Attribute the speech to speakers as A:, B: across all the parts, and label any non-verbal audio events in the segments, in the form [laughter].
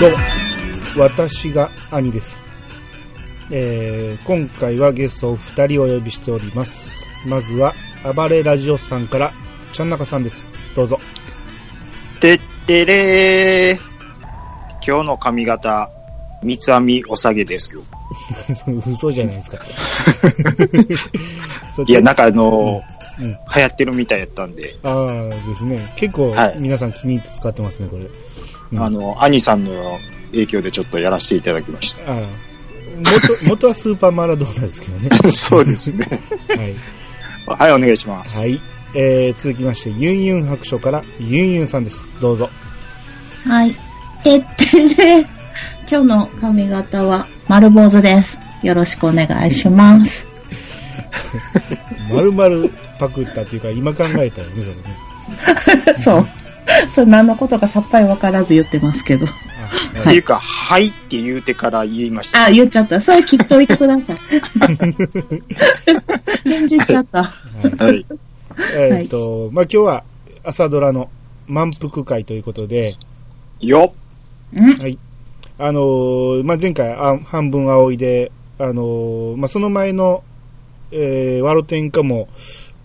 A: どうも私が兄です、えー今回はゲストを2人お呼びしておりますまずは暴れラジオさんからちゃんなかさんですどうぞ [laughs]
B: てってれー。今日の髪型、三つ編みお下げです。
A: 嘘じゃないです
B: [laughs]
A: かそれ
B: いや、なんかあの
A: うんうん
B: 流行ってるみたいやったんで、
A: ああですね結構
B: はい
A: 皆さん気に入って使ってますねこれ、うん
B: あの、兄さんの影響でちょっとやらせていただきまし
A: ああ元 [laughs] 元はスーパーマラドーナですけどね
B: た。 [laughs] そうですね。
A: はい
B: はい、お願いします。
A: はい。えー、続きまして、ユンユン白書から、ユンユンさんです。どうぞ。
C: はい。えってね、今日の髪型は丸坊主です。よろしくお願いします。
A: 丸々パクったというか、今考えたよね、それね。
C: [laughs] そう。そう、何のことかさっぱりわからず言ってますけど。
A: あ
B: っていうか、はいって言うてから言いました。
C: あ、言っちゃった。それ切っといてくだ [laughs] さい。返事しちゃった。
A: はい
B: はい。
A: えっと、まあ、今日は朝ドラの満腹会ということで、
B: よ
C: うん
A: はい。あのーまあ、前回、あ半分仰いで、あのーまあ、その前の、えー、ワロテンかも、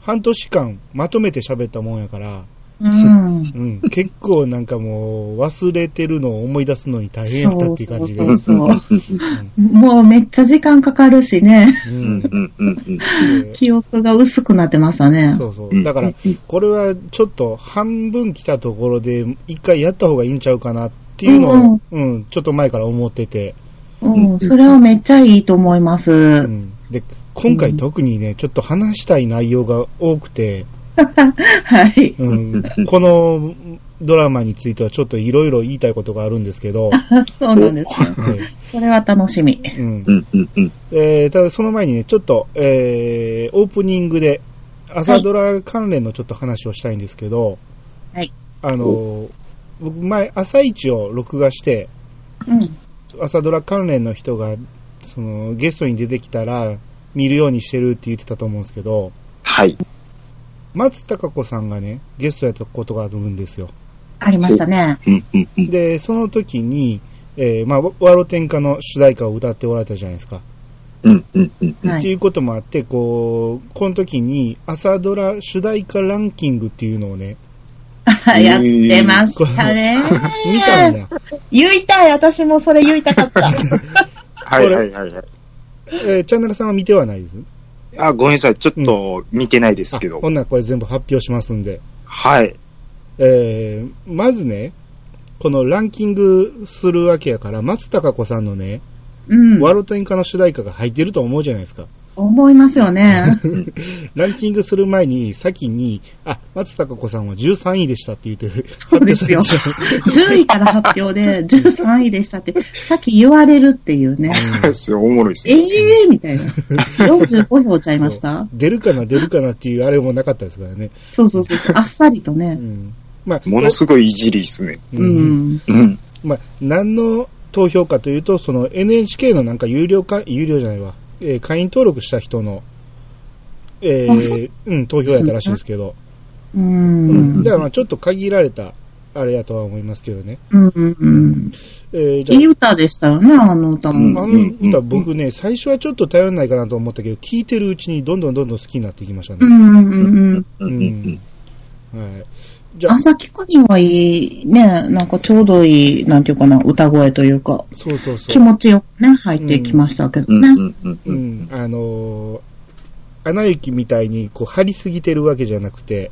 A: 半年間まとめて喋ったもんやから、
C: う
A: う
C: ん。
A: ん、結構なんかもう忘れてるのを思い出すのに大変やったっていう感じで。
C: そううん
B: うん
C: そうそう
B: うん
C: もうめっちゃ時間かかるしね。
A: う
B: うんんうんうん
A: で
C: 記憶が薄くなってましたね。
A: そうそうう。
B: ん
A: だから、これはちょっと半分来たところで、一回やった方がいいんちゃうかなっていうのを、うん、ちょっと前から思ってて、
C: うん。それはめっちゃいいと思います。
A: うん。で、今回特にね、ちょっと話したい内容が多くて、
C: はい。
A: うん、このドラマについてはちょっといろいろ言いたいことがあるんですけ [laughs] ど、は
C: そうなんですね。
A: い
C: それは楽しみ。
A: うん
B: うんうんうん。
A: えーただその前にね、ちょっと、えーオープニングで、朝ドラ関連のちょっと話をしたいんですけど、
C: はい。
A: あのー僕前、朝一を録画して、
C: うん。
A: 朝ドラ関連の人が、その、ゲストに出てきたら、見るようにしてるって言ってたと思うんですけど、
B: はい。
A: 松たか子さんがね、ゲストやったことがあるんですよ。
C: ありましたね。
B: うんうんうん。
A: で、その時に、えーまあ、ワワロテンカの主題歌を歌っておられたじゃないですか。
B: うんうんうんうん。
C: は
A: ってい
C: い。
A: うこともあって、こう、この時に朝ドラ主題歌ランキングっていうのをね、
C: やってましたね。
A: 見たんだ。
C: 言いたい私もそれ言いたか [laughs] った。
B: はいはいはいはい。
A: えー、チャンネルさんは見てはないです。
B: あ、ごめんなさい。ちょっと見てないですけ
A: あ
B: ど
A: ほ。んならこれ全部発表しますんで。
B: はい。
A: えー、まずね、このランキングするわけやから、松たか子さんのね、
C: うん。
A: ワロテンカの主題歌が入ってると思うじゃないですか。
C: 思いますよ [laughs] ね。
A: ランキングする前に、先に、あ、松たか子さんは13位でしたって言って、発
C: う
A: 表
C: で
A: さ
C: す
A: れ
C: よ
A: てしまう。
C: 10位から発表で13位でしたって、さっき言われるっていうね。
B: [laughs] すごいおもろいです
C: え
B: ね。
C: えみたいな。45票ちゃいました
A: 出るかな、出るかなっていうあれもなかったですからね。
C: そうそうそうそう。あっさりと
A: う
C: ね。
A: ん。まあ、
B: ものすごいいじりですね。
C: う
A: うん
C: ん。
B: うん。
A: まあ、何の投票かというと、その NHK のなんか有料か、有料じゃないわ、えー会員登録した人の、え
C: あそ
A: ー、うん、投票やったらしいですけど、
C: う
A: うん、
C: ん。
A: だからまあちょっと限られた、あれやとは思いますけどね。
C: うんうん。
A: えー、じ
C: いい
A: ゃ
C: 歌でしたよね、あの歌
A: あ、
C: も。
A: あ
B: うんう
A: の
B: ん
A: 歌僕ね、最初はちょっと頼らないかなと思ったけど、聞いてるうちにどんどんどんどん好きになってきました
C: う
A: ね。
C: んうんうん。
B: うんうん
A: はい。じゃあ、
C: 朝木くにはいい、ね、なんかちょうどいい、なんていうかな、歌声というか、
A: そうそう
C: 気
A: そう。
C: 持ちよくね、入ってきましたけど
B: うん。
C: ね。
B: うんうんう
A: うんん、あのー、アナ雪みたいにこう張りすぎてるわけじゃなくて、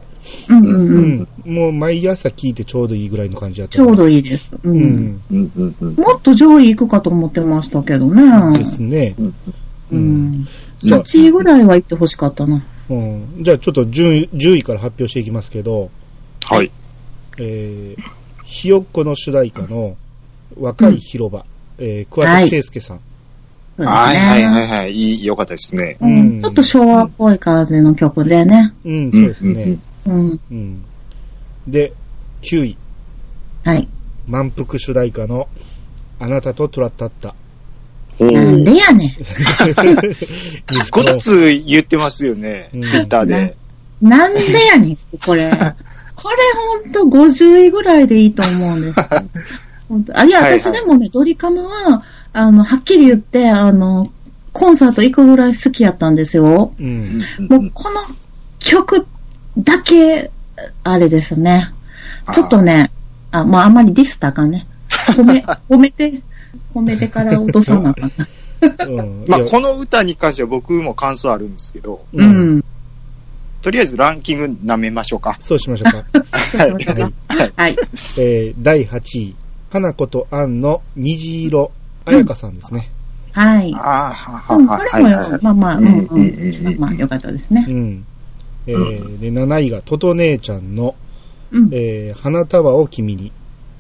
C: うんうん
A: う
C: うん。
A: ん、もう毎朝聞いてちょうどいいぐらいの感じだった
C: ち
A: か
C: ょ
A: ら。
C: うどいいです。う。
A: うんん。
B: うんうんうん。
C: もっと上位行くかと思ってましたけどね
A: で。すね。
C: う
A: うん。
C: ん。
B: うん
C: 1位ぐらいは行ってほしかったな。
A: うんじゃあちょっと順位 ,10 位から発表していきますけど、
B: はい。
A: えー、ひよっこの主題歌の若い広場、えー、桑
C: は
A: 田
C: い
A: 佳祐さん。
C: そうですね
B: はいはいはいはい。いい、良かったですね。
C: う
A: うん
C: んちょっと昭和っぽい感じの曲でね。
A: うん、そうですね。
C: うん。
A: うん。で、9位、
C: はい。
A: 満腹主題歌のあなたとトラッタッタ。
B: うんうん
C: な
B: うんん。
C: でやね
B: ごたつ言ってますよね。
A: う
B: ツ
A: ん
B: イッターで。
C: ん。なんでやねん、これ。これほんと50位ぐらいでいいと思うんです。本当あいや、
B: はいはい
C: 私でもね、ドリカムは、あの、はっきり言って、あの、コンサート行くぐらい好きやったんですよ。
A: うん。
C: もう、この曲だけ、あれですね。ちょっとね、あ、まあ、あんまりディスったらあかんね。褒め、褒めて、褒めてから落とさなあかんな。
A: うん
B: [laughs] まあ、
A: いや
B: この歌に関しては僕も感想あるんですけど、
C: う。ん。
B: とりあえずランキング舐めましょうか。
A: そうしましょうか。
C: そうしましょうか
B: はい。
C: [laughs] はい。
A: えー、第8位。花子とアンの虹色、彩香さんですね。
C: はい。
B: ああ、はは
C: うん、
B: は
C: こ
B: は
C: れも
B: い
C: よ、
B: はい。
C: まあまあ、うん
B: うん
C: う
B: うんうん
C: ん。
B: うん
C: まあまあ、よかったですね
A: う。ん。えー、で、7位が、とと姉ちゃんの、
C: うん。
A: えー、花束を君に。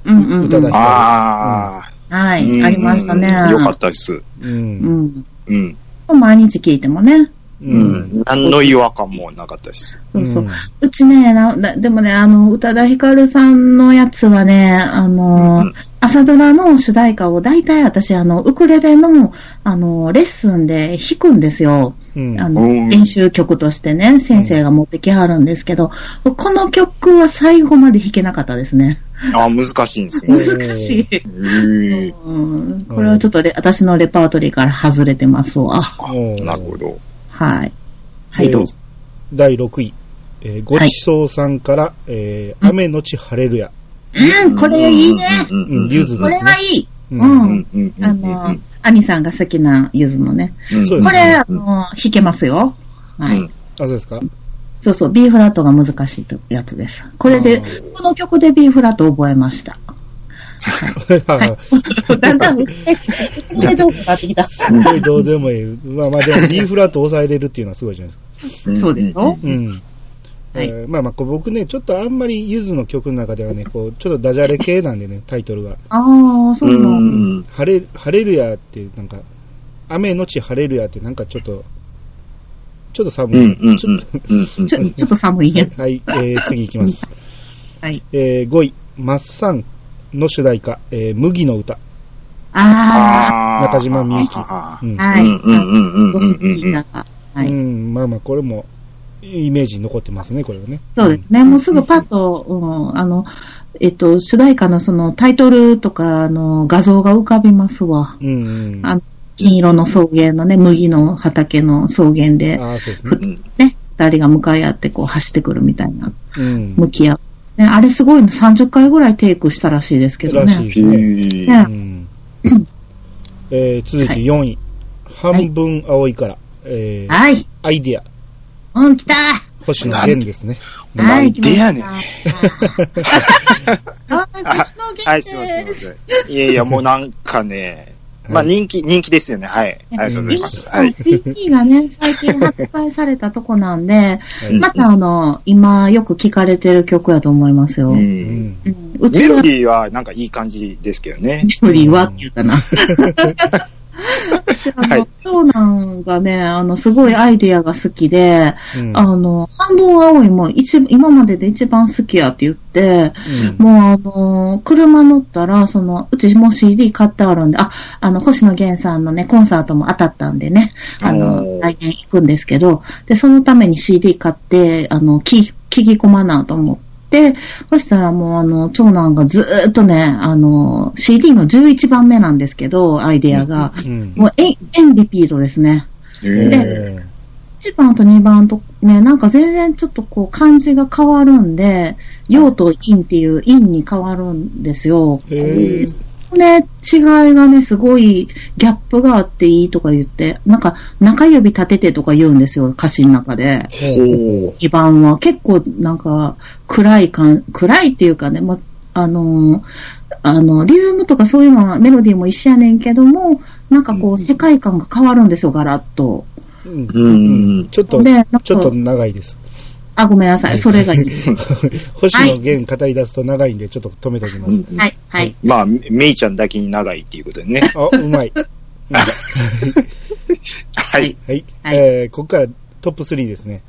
C: うんうんうん。
A: 歌だけ
B: ああ、
C: は
B: う
C: い。
B: ん
C: ありましたね。
B: よかったです。
A: う。
C: うんん。
B: うん。
C: 毎日聞いてもね。
A: う。
B: うんん。何の違和感もなかったです。
C: そうそう
A: うん。
C: うちね、ななでもね、あの、宇多田ヒカルさんのやつはね、あの、
B: うん
C: 朝ドラの主題歌を大体私、あの、ウクレレの、あの、レッスンで弾くんですよ。
A: うん。
C: あ
B: う
C: の、
B: ん
C: 練習曲としてね、先生が持ってきはるんですけど、この曲は最後まで弾けなかったですね。
B: ああ、難しいんですね。
C: 難しい。
B: うん
C: うん、これはちょっとレ私のレパートリーから外れてますわ。
B: あ
A: おー
B: なるほど。
C: はい。は
A: え
C: い、
A: ー
C: どうぞ。
A: 第6位。えー、ごちそうさんから、えー、雨のち晴れるや。
C: うん、これいいね。
B: うんうんうん
A: ゆず
C: こ
A: で
C: れ
A: すね
C: はいい。
A: う
C: うん
B: うんうんうん
C: あの、アニさんが好きなゆずのね。
B: うん
A: そうです
C: これ、あ
B: うん
C: の、弾けますよ。
B: う
C: はい。
B: ん
A: あ、そうですか [laughs]
C: そうそう、B フラットが難しいとやつです。これで
A: あ、ー
C: この曲で B フラット覚えました。
A: はい。
C: だんだん、え、これどうなってきた。
A: すごいどうでもいい。まあまあ、でも B フラット抑えれるっていうのはすごいじゃないですか。
B: ん
C: そうでしょ
A: う
B: うん
A: ん。えーまあまあ、こう僕ね、ちょっとあんまりゆずの曲の中ではね、こう、ちょっとダジャレ系なんでね、タイトルが。
C: ああ、そううなんだ。
B: ん。
A: 晴れ、晴れるやって、なんか、雨のち晴れるやって、なんかちょっと、ちょっと寒
B: うんう
A: い。
B: んうん
A: ちょっと
B: うんうん
C: ちょ、ちょっと寒いや。
A: はい、えー、次行きます。
C: はい。
A: えー、5位、マッサンの主題歌、えー、麦の歌。
C: あ
B: あー
A: 中島みゆき
B: あーあ
A: う
B: ー
A: ん
C: あ、。は
B: う
C: い。
B: んうんうんうん
C: ご
B: うん
C: 好き
B: うん
C: なが。はい。
A: うん、まあまあ、これも、イメージに残ってますね、これはね。
C: そうですね。もうすぐパッと、うん、あの、えっと、主題歌のそのタイトルとか、あの、画像が浮かびますわ。
A: うん。うん、うん。
C: あ
A: あ
C: の、金色の草原のね、麦の畑の草原で、
A: あー、そうですね。
B: うん。
C: ね、二人が向かい合ってこう走ってくるみたいな、
A: うん。
C: 向き合う。ね、あれすごいの、30回ぐらいテイクしたらしいですけど
A: らしい
C: ね。
A: ですね。
B: へ
C: ね
B: ー
A: うんえー、続いて4位、半分青いから、えー
C: はい。
A: アイディア、
C: うん、来た
A: 星野源ですね。
C: は
B: なん
C: い、来ま
B: でやね
C: し
B: ん。
C: た
B: は。 [laughs]
C: はい、星野
B: い、すいません、
C: 源で
B: い
C: すす。
B: ません。いやいや、もうなんかね、ま
A: は
B: あ
A: い
B: 人気、人気ですよね。はい。ありがとうございます。はい。
C: CD がね、最近発売されたとこなんで、
A: はい
C: またあの、今よく聴かれてる曲やと思います
B: う
C: よ。う
A: う
C: ん
A: んん
C: うち
B: メロ
C: は
B: デ
C: メ
B: ィーはなんかいい感じですけどね。
C: ロディーはって言ったな。うちあ
B: は
C: の
B: い
C: 長男がね、あの、すごいアイディアが好きで、
A: うん
C: あの、半分青いも一、今までで一番好きやって言って、もうあの、車乗ったら、その、うちも CD 買ってあるんで、あ、あの、星野源さんのね、コンサートも当たったんでね、あ
B: お
C: の、
B: ー
C: 来年行くんですけど、で、そのために CD 買って、あの、き聞き込まなと思って、そしたらもうあの、長男がずーっとね、あの、CD の11番目なんですけど、アイデアが、
A: うん
C: もう、えん、エンリピートですね。
B: へ
C: で
B: ー
A: え
C: 1番と2番とね、なんか全然ちょっとこう漢字が変わるんで、用と陰っていう陰に変わるんですよ。
A: ーえー
C: ね、違いがね、すごいギャップがあっていいとか言って、なんか中指立ててとか言うんですよ、歌詞の中で。
B: ほう。
C: 2番は結構なんか暗い感、暗いっていうかね、ま、あのーあの、リズムとかそういうのはメロディーも一緒やねんけども、なんかこう世界観が変わるんですよ、ガラッと。
A: うん
B: うん
A: うんちょっと、
C: でなんか
A: ちょっと長いです。
C: あ、ごめんなさい、それがいい。
A: [laughs] 星野源語り出すと長いんで、ちょっと止めときま
B: う
A: す。
B: ん
C: はい、はい。
B: まあ、メイちゃんだけに長いっていうことでね。
A: あ、うまい。
B: はい。
A: はい。
C: [laughs] はい
A: えーここからトップ3ですね。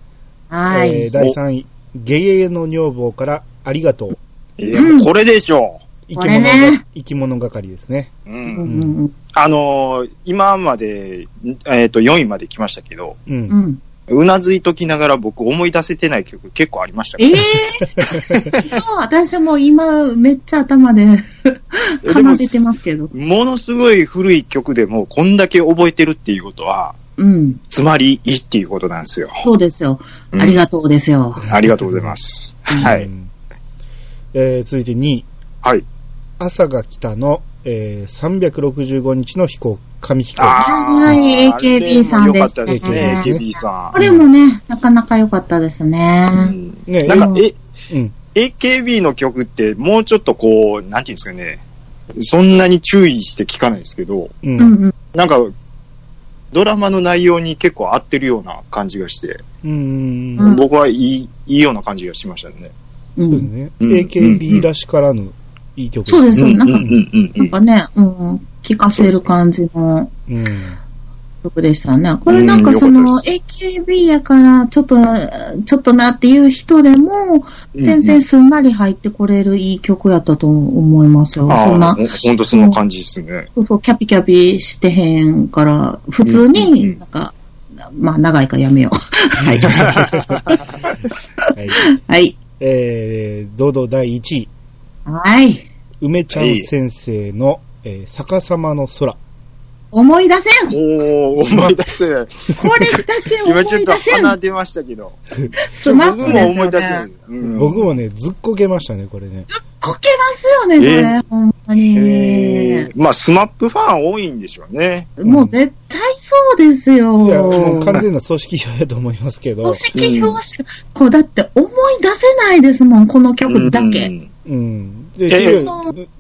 C: は
A: えー
C: い。
A: 第3位、ゲゲゲの女房から、ありがとう。
B: いやこれでしょ
A: 生
C: こ
A: き
C: れ
A: 物が、
C: ね
A: 生き物係ですね。
B: う。う。
C: うんん
B: あのー今まで、んえっ、と、4位まで来ましたけど、
A: うん。
C: うんうん。
B: うなずいときながら僕思い出せてない曲結構ありました
C: [laughs] ええーそう、私も今、めっちゃ頭で、
B: でも
C: 奏でてますけど。
B: ものすごい古い曲でもこんだけ覚えてるっていうことは、
C: うん。
B: つまりいいっていうことなんですよ。
C: そうですよ。
B: うん
C: ありがとうですよ。
B: ありがとうございます。は
A: う
B: い。
A: んえー続いて2位。
B: はい。
A: 朝が来たの、えー、365日の飛行、紙飛行機。
C: は
B: あ
C: い
B: ー
C: AKB さんで
B: あれも良
C: すね
B: かったですね、AKB
C: こ
B: さ
C: れもね、なかなか良かったですね。
B: ん。
A: ね
B: なんか、え、
A: うん。
B: AKB の曲ってもうちょっとこう、なんていうんですかね、そんなに注意して聞かないですけど、
A: う
C: うん
A: ん。
C: うん。
B: なんか、ドラマの内容に結構合ってるような感じがして、
A: うん。
C: うん
B: 僕はいい、いいような感じがしましたね。
C: う、
A: そうんね。
B: うん
A: AKB らしからぬいい曲
C: そうです、なんか、
B: ん
C: なんかね、うん、聞かせる感じの
A: うん。
C: 曲でしたね。これなんかそ
B: うん
C: の
B: よかっ、
C: AKB やから、ちょっと、ちょっとなっていう人でも、全然すんなり入ってこれるいい曲やったと思いますよ。そん
B: あ
C: な
B: あ、、ほんとその感じですね。
C: そうそう、キャピキャピしてへんから、普通
B: うんうんう
C: に、
B: ん
C: なんか、まあ、長いからやめよう。はい。
A: はい。
C: [laughs] はい。
A: えー、堂々第1位。
C: はい。
A: 梅ちゃん先生の、えー、逆さまの空。
C: 思い出せん
B: おー、思い出せない。
C: これだけ思
B: 今
C: い
B: ちょっ
C: 出
B: と
C: せ
B: 鼻
C: ん
B: 出ましたけど。
C: スマ
B: 僕
C: ホです
B: も
C: よ
B: 思い出せない
C: ね。。
B: うん
A: 僕もね、ずっこけましたね、これね。
C: こけますよね、こ
B: え
C: れ。ほんまに
B: え。ーまあ、スマップファン多いんでしょうね。
C: もう絶対そうですよ。
A: いや、もう完全な組織票やと思いますけど
C: 組。織表紙、こうだって思い出せないですもん、この曲だ
B: う
C: け。
B: ん
A: うん。で、
B: いやいや
A: う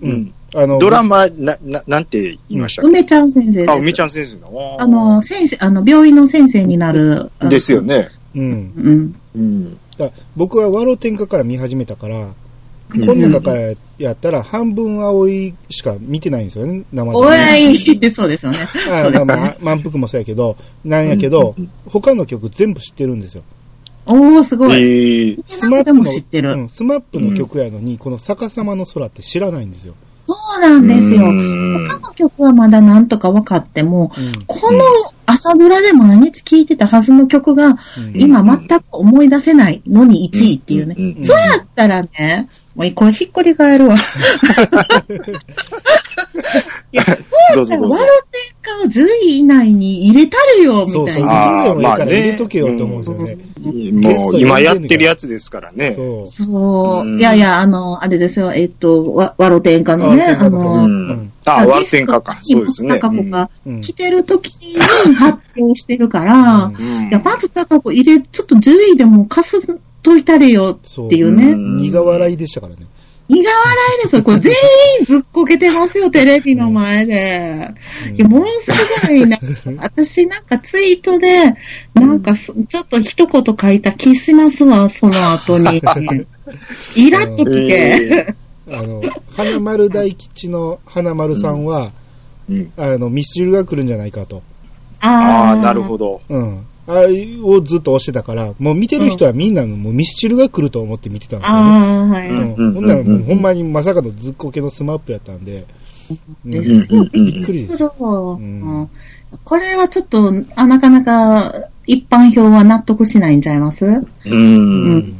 B: うんん。
A: あの、
B: ドラマ、な、な、なんて言いましたっ
C: 梅ちゃん先生です。
B: けあ、梅ちゃん先生の。おー
C: あの、、先生、あの、病院の先生になる。あの
B: ですよ。ね。
A: うん。
C: うん。
B: うん。
A: だから僕はワロ天下から見始めたから、この中からやったら半分青いしか見てないんですよね、生で
C: お
A: ね。
C: い、そうですよ
A: [laughs]
C: ね。そ
A: あ
C: うです
A: まあ
C: よ
A: ま
C: ね。
A: あ、満腹もそうやけど、なんやけど、他の曲全部知ってるんですよ。
C: おー、すご
B: え
C: い。
B: ー
A: スマップ
C: で
A: の、
C: も知ってる
A: うんスマップの曲やのに、この逆さまの空って知らないんですよ。
C: そうなんですよ
B: う。ん
C: 他の曲はまだなんとか分かっても、
A: うん
C: この朝ドラで毎日聴いてたはずの曲が、
A: うん
C: 今全く思い出せないのに1位っていうね。
B: んんん
C: そうやったらね、もうこれひっくり返るわ。いや、そ
B: どう
C: うやった
B: ぞ
C: ら
B: どう
C: ワ
B: ぞ
C: ロ。テンカを10位以内に入れたるよ、み
A: そう
C: た
A: そう、
C: い
A: 10
C: な。
B: あー
A: でもいいか
B: ま
A: ら
B: あね
A: 入れとけよと思うんですよね。
B: もう、今やってるやつですからね。
A: そう。
C: そうう。
B: ん
C: いやいや、あの、あれですよ、えっと、わワロテンカのね、
A: ワロテ
C: あ
A: ンカの
B: う
C: の、
B: ん。あ、ワーテンカか。そうですね。
C: 松たか子が
A: うん
C: 来てる時に発表してるから、
A: うん
B: うん
C: いや、松たか子入れ、ちょっと10位でもかすといたれよ
A: そう。
C: っていうね。
B: うん
A: 苦笑いでしたからね。
C: 苦笑いですよ。これ全員ずっこけてますよ、テレビの前で。
A: うん
C: いや、ものすごいな。私なんかツイートで、なんかそちょっと一言書いた気しますわ、その後に。イラッときて。
B: え
A: あの、花丸大吉の花丸さんは、
B: ーうん
A: あの、ミスチルが来るんじゃないかと。
B: ああ、なるほ
C: ど。
B: ど。
A: うん。あれをずっと押してたから、もう見てる人はみんなもうミスチルが来ると思って見てたんですよね。
C: ああ、は
B: ー
C: い。
A: うん。
B: うん
A: ほんならも
B: う
A: うんほんまにまさかのずっこけのスマップやったんで。うん
C: です
B: うんうんうん
A: びっくりです。
C: そううんんこれはちょっと、あなかなか一般票は納得しないんちゃいます
B: うん
C: うん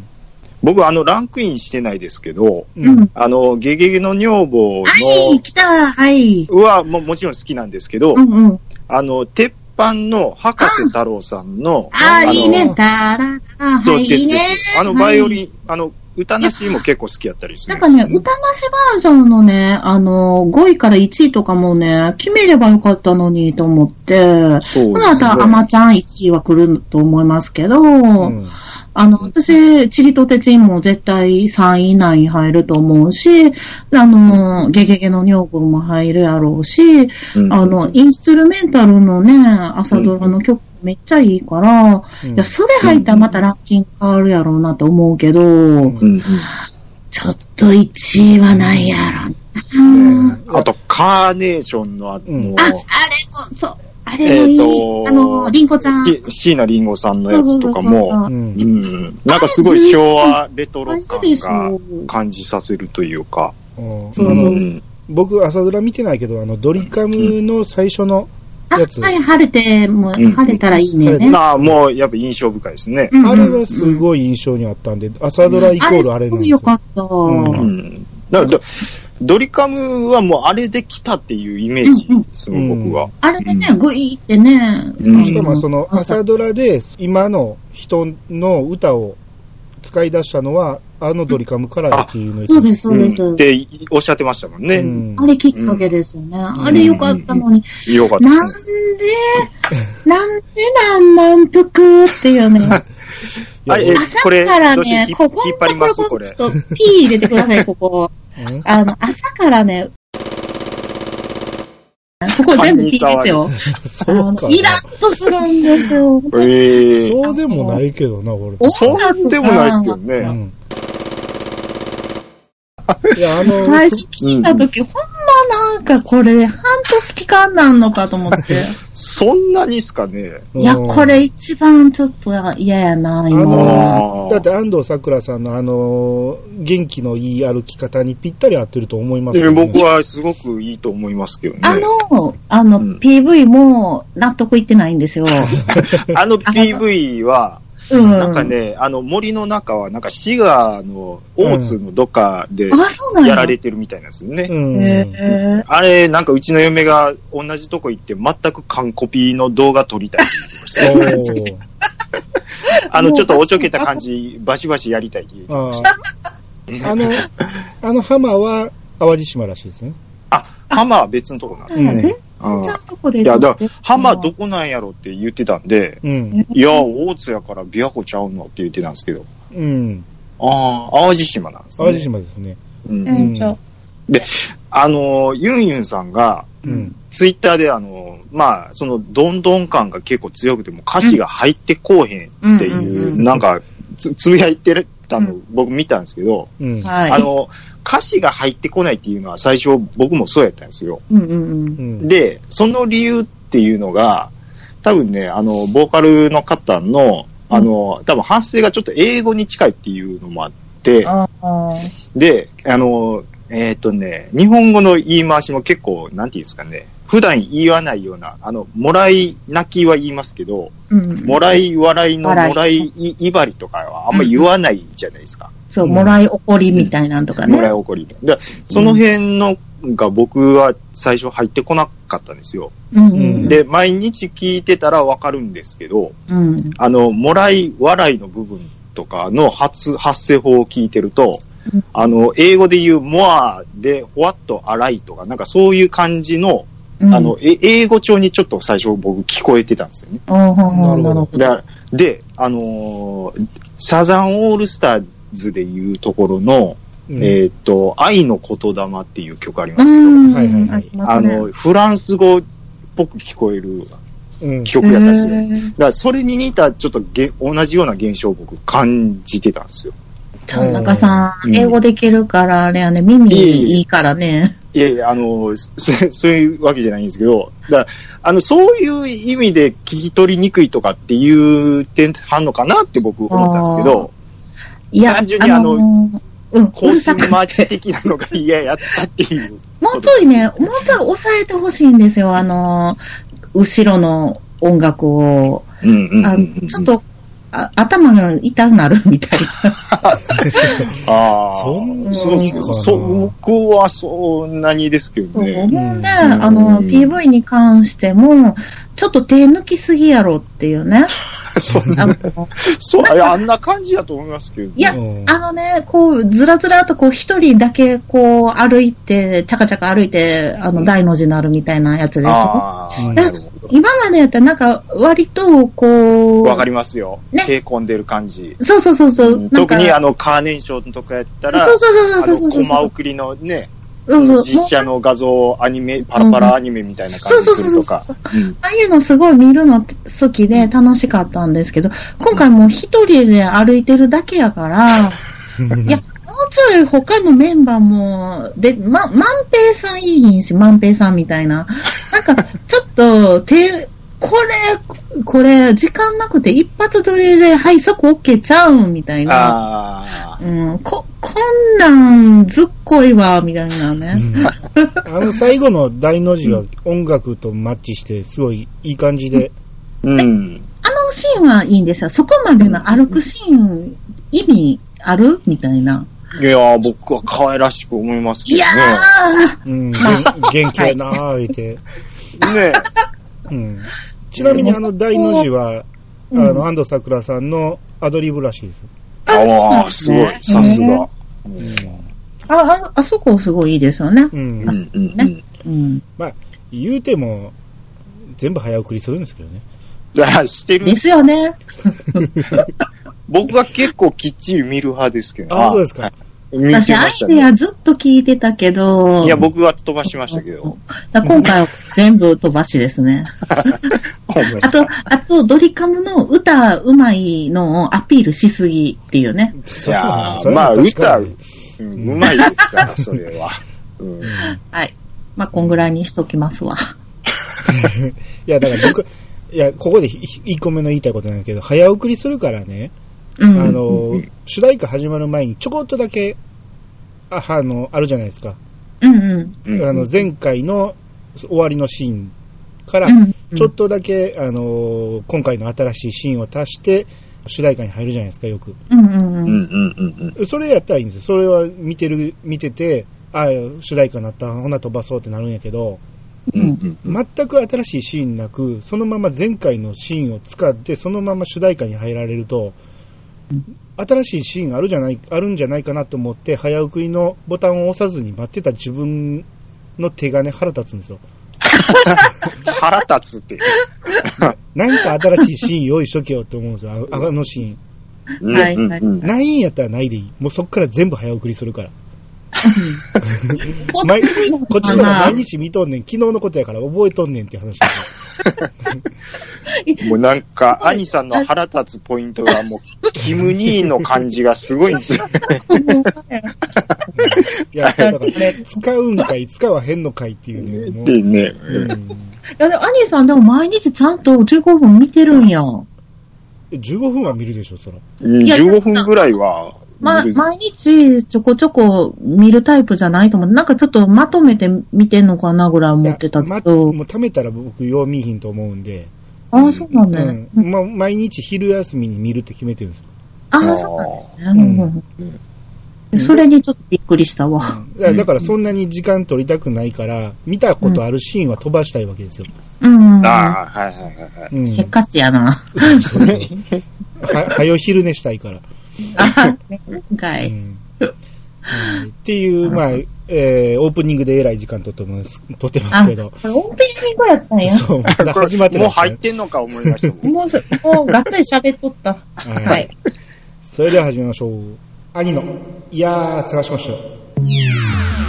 B: 僕、あの、ランクインしてないですけど、
A: う。
C: うんん。
B: あの、ゲゲゲの女房
C: はい、来たはい。
B: の、はも、もちろん好きなんですけど
C: う、んうん。
B: あの、鉄板の博士太郎さんの、
C: あ
B: の
C: あ、いいね。たらら、
B: そ
C: は
B: う
C: い、
B: で
C: いい
B: す
C: ね
B: です。。あの、
C: はい
B: バイオリン、あの、歌なしも結構好きやったりす
C: な
B: るんで
C: んか
B: す
C: ね、
B: よね。
C: 歌なしバージョンのね、あの、5位から1位とかもね、決めればよかったのにと思って、
B: そう
C: ほ
B: で
C: な
B: すね
C: た、あまちゃん1位は来ると思いますけど、
A: うん
C: あの、私、チリとテチンも絶対3位以内に入ると思うし、あの、ゲゲゲの女房も入るやろうし、
B: うん
C: あの、インストゥルメンタルのね、朝ドラの曲めっちゃいいから、
A: うん
C: いや、それ入ったらまたランキング変わるやろうなと思うけど、
A: ん
B: うん
C: ちょっと1位はないやろな。
A: ね
B: あと、カーネーションの、あ
A: うん
B: の
C: あ、あれ、も、そう、あれも
B: え
C: い
B: っ
C: い。
B: と、
C: あの、リンコちゃん。
B: し椎名林檎さんのやつとかも、
A: う。
C: そうそうそうそう。
B: うんんなんかすごい昭和レトロ感が感じさせるというか、
A: うん
C: そう
A: あ
C: そう
A: の
B: うん
A: 僕、朝ドラ見てないけど、あの、ドリカムの最初の
C: あ、
A: やつ。
C: はい、晴れて、もう、
B: うん
C: 晴れたらいいね。
A: 晴れ
C: ね
B: まあ、もうやっぱ印象深いですね。
C: うん
A: あれがすごい印象にあったんで、朝ドライコールあれ
C: す
A: なん
C: ご
A: で
C: い
A: すよ
C: よ。かった。
A: ん
B: うんだからドリカムはもうあれで来たっていうイメージですもん、
A: うん
B: 僕は。
C: あれでね、
B: うん
C: グイってね、
B: うん
A: しかもその朝ドラで今の人の歌を使い出したのは、あのドリカムからだっていうの
C: そうです、そうで
B: うんっ
C: す。
B: ておっしゃってましたもんね。
A: うん
C: あれきっかけですよね。あれよかったのに、
B: よかった
C: な
B: で
C: ん
B: すね。
C: で、なんでなん満腹っていう
B: [laughs]
C: ね。
A: いや
B: あれえ
C: 朝から
B: これどうして
C: ね
B: 引、っ
C: ここ
B: 引っ張ります
C: のところ
B: これ
C: ちょっとピー入れてください、こ
B: [laughs]
C: こ。
A: うん
C: あの、朝からね、ここ全部ピーですよ。あ
A: そうか
C: の
A: な。
C: イラッとするんですよ。
B: ええ
A: そうでもないけどな、俺。
C: お
B: そうでもないですけど
A: う
B: ね。
A: ん。いや、あの、
C: 最初聞いたとき、ほんまなんかこれ、半年期間なんのかと思って。
B: そんなにっすかね。
A: うん
C: いや、これ一番ちょっと嫌やな、今
A: あ
C: は。
B: あ
A: だって安藤サクラさんのあの、元気のいい歩き方にぴったり合ってると思います
B: で
A: よね
B: 僕はすごくいいと思いますけどね。
C: あの、あの、
B: うん
C: PV も納得いってないんで
B: [laughs]
C: すよ。
B: あの PV は、
C: うん。
B: なんかね、あの森の中は、なんか滋賀の大津のどっかで
C: あ、そうなん
B: や
C: や。
B: られてるみたいなんですよね。
A: うん。
C: へー
B: あれ、なんかうちの嫁が同じとこ行って全く完コピの動画撮りたいって言ってました
A: お
B: よ。
A: ー
B: [laughs] あの、ちょっとおちょけた感じ、バシバシやりたいって言って
A: あ
B: まし
A: ーあの、あの浜は淡路島らしいですね。
B: た。あ、浜は別のとこなんです
C: なんや
B: ね。
C: ね。
B: うん
C: ちゃんとこで。
B: いや、だから、浜どこなんやろって言ってたんで、
A: うん。
B: いや、大津やから琵琶湖ちゃうのって言ってたんですけど、
A: うん。
B: ああ、淡路島なんですね。
A: 淡路島ですね。
B: うん
C: うん、ちょ
B: あの、ユンユンさんが、
A: うん。
B: ツイッターであの、まあ、その、どんどん感が結構強くても歌詞が入ってこうへんっていう、
C: うんうんうん
B: なんか、つ、つぶやいてたの、
C: う
B: 僕見たんですけど、
A: うん。
C: はい。
B: あ、の、歌詞が入ってこないっていうのは最初僕もそうやったんですよ。
C: うんうんうん。
A: うん。
B: で、その理由っていうのが、多分ね、あの、ボーカルの方の、あの、多分反省がちょっと英語に近いっていうのもあって、
C: ああ。
B: で、あの、えっ、とね、日本語の言い回しも結構、なんていうんですかね、普段言わないような、あの、もらい泣きは言いますけど、
C: うん。
B: もらい笑いの
C: 笑い
B: もらいいいばりとかはあんま言わないじゃないですか。
C: そう、もらい怒りみたいなんとかね。
B: もらい怒り。で、その辺のが僕は最初入ってこなかったんですよ。
C: うんうん。
B: で、毎日聞いてたらわかるんですけど、
C: うん。
B: あの、もらい笑いの部分とかの発、発声法を聞いてると
C: うん、
B: あの、英語で言う more で、ほわっと荒いとか、なんかそういう感じの、
C: うん
B: あの、、え英語調にちょっと最初僕聞こえてたんですよね。
C: おーほんほん
A: な
C: な
A: る
C: る
A: ほ
C: ほ
B: で
C: ど。
B: あで、あのーサザンオールスターズで言うところの、
A: うん
B: えーっと、愛の言霊っていう曲あり
C: う
B: ますけど、
C: ん。
A: はいはいはい
C: りま
B: あ
C: すね
B: の、フランス語っぽく聞こえる
A: うん。
B: 曲やったんですよ。
C: へ
B: だ
C: ー
B: からそれに似た、ちょっとげ同じような現象を僕感じてたんですよ。
C: ちゃん中さ
B: うん
C: ん、英語できるから、あれやね、耳いいからね。
B: いやいや、あの、そそういうわけじゃないんですけど、だからあの、そういう意味で聞き取りにくいとかっていう点あんのかなって僕思ったんですけど、
C: いや、
B: 単純にあの
C: のー、うん、う
B: 更
C: るさ
B: 新
C: く
B: マー
C: な
B: チ
C: て。
B: 的なのが嫌やったっていう。
C: もうちょいね、もうちょい抑えてほしいんですよ、あのー、後ろの音楽を。
B: うんうんうん
C: あ
B: うん
C: ちょっ、と、あ頭が痛くなるみたい
B: ああ、
A: そんな
B: そうっす
A: か
B: ね
A: な
B: そう、僕はそんなにですけど
C: な。
B: ね。
C: 思うん
B: ん
C: で、あの、PV に関しても、ちょっと手抜きすぎやろっていうね。
B: そんな、
C: あの
B: [laughs] そう、あれあんな感じだと思いますけどね。
C: いや
A: うん
C: あのね、こう、ずらずらとこう、一人だけこう、歩いて、ちゃかちゃか歩いて、あの、大の字になるみたいなやつでしょ。
B: あ
A: う
B: あ、
A: ん
B: なるほど。
C: 今までやったらなんか、割と、こう、
B: わかりますよ。
C: ね
B: 手込んでる感じ。
C: そうそうそうそう。なんか
B: 特にあの、カーネーションとかやったら、
C: そうそう
B: あの
C: そうそう、そうそう。
B: コマ送りのね、
C: うんうん
B: 実写の画像をアニメ、パラパラアニメみたいな
C: そ
B: 感
C: う
B: じ
C: そう
B: する
C: そ
B: と
C: うそ
B: か。。
C: うああいうのすごい見るの好きで楽しかったんですけど、今回もう一人で歩いてるだけやから、いや、もうちょい他のメンバーも、で、ま、万平さんいいひんし、万平さんみたいな。なんか、ちょっと、手、これ、これ、時間なくて一発撮りで、はい、そこ OK ちゃうんみたいな。
B: ああ、
C: うん、こ、こんなんずっこいわ、みたいなね。
A: あの最後の大の字は音楽とマッチして、すごいいい感じで。
B: うん。
C: あのシーンはいいんですよ。そこまでの歩くシーン、意味あるみたいな。
B: いやー、僕は可愛らしく思いますけ
C: い
B: ど
C: やー
A: うん、げん元気やなー、言うて。
B: ね。ね
A: うん。ちなみに、あの、大の字は、あ
C: うん
A: の、安藤サクラさんのアドリブらしいです。
B: え。ああ、す
C: そう
B: ごい、
C: なんですね
B: さすが。う
A: うんん。
C: あ、あ、あそこすごいいいですよね。
A: うん
B: う。んうんうん。
C: うん。
A: 言うても、全部早送りするんですけどね。
B: だからしてる
C: で。すよね。
B: 僕は結構きっちり見る派ですけど。
A: ああ、そうですか。
B: 見てま
C: 私、アイ
B: した
C: デ
B: ね。
C: アずっと聞いてたけど。
B: いや、僕は飛ばしましたけ
C: [laughs]
B: ど。
C: だから今回は全部飛ばしですね。
A: 思いま
C: あ
A: し
C: と、あと、ドリカムの歌うまいのをアピールしすぎっていうね。
B: いや
A: [laughs] た
B: ー、まあ、歌、
A: う
B: うんうまいですから、それは。うん
A: ん
C: はい。まあ、こんぐらいにしときますわ。
A: いや、だから僕、いや、ここで1個目の言いたいことなんだけど、早送りするからね、
C: う
A: あ
C: ん。
A: の
B: うん、
A: 主題歌始まる前にちょこっとだけ、ああの、あるじゃないですか。
C: うんうん。
B: う
A: あ
B: ん
A: の、前回の終わりのシーンから
C: う、ん。
A: ちょっとだけ、あの、今回の新しいシーンを足して、主題歌に入るじゃないですか、よく。
C: うんうん
B: う
C: うん。
B: んうんうん
A: それやったらいいんですよ。それは見てる、見てて、あ主題歌になった、ほな飛ばそうってなるんやけど、
B: うんうんうん。
A: 全く新しいシーンなく、そのまま前回のシーンを使って、そのまま主題歌に入られると、新しいシーンあるじゃない、あるんじゃないかなと思って、早送りのボタンを押さずに待ってた自分の手がね、腹立つんですよ。
B: 腹立つって。
A: なんか新しいシーン用意しとけよって思うんですよ、ああのシーン。
C: はい
B: うんうんうん
A: ないんやったらないでいい。もうそっから全部早送りするから。
C: こ
A: 毎こっちの方が
C: まあ
A: 毎日見とんねん、昨日のことやから覚えとんねんって
C: [laughs]
A: 話ですよ
B: もうなんか、兄さんの腹立つポイントがもう、キム兄の感じがすごいんですよ。
A: いや、だから、使うんかい、使わへんのかいっていうね、もう。
B: でね。
A: うん
C: いや、でも、アニーさんでも毎日ちゃんと15分見てるんや。
A: 15分は見るでしょ、そら。
C: いや
B: 15分ぐらいは、
C: ま、
B: 見る
C: 毎日ちょこちょこ見るタイプじゃないと思う。なんかちょっとまとめて見てんのかなぐらい思ってた
A: いや
C: け
A: まもう。
C: ど
A: 貯めたら僕、よう見ひんと思うんで、
C: ああ、そうなんだ
A: う
C: ね
A: ん。。まあ、毎日昼休みに見るって決めてるんですよ。
C: ああ、そうなんですね。
A: ん
C: うんうんうんそれにちょっとびっくりしたわ。
A: だからだから、そんなに時間取りたくないから、見たことあるシーンは飛ばしたいわけですよ。
C: うん。
B: ああ、はいはいはいはい。
A: うん。
C: せっかちやな。
A: そうそうは、はよ昼寝したいから。
C: あ今回。
A: うんはいっていう、まあ、えー、オープニングでえらい時間取ってます、取ってま
C: あ、
A: す
C: オープ
A: け
C: ニン
A: ど。
C: グやったんや。
A: そう、まだ始まってな
B: もう
A: いです
B: 入
A: ね
B: ってんのか思いましたもん。
C: もうそ、もうがっつり喋っとった。は
A: はいい。。それでは始めましょう。兄の、いやー、探しましょう。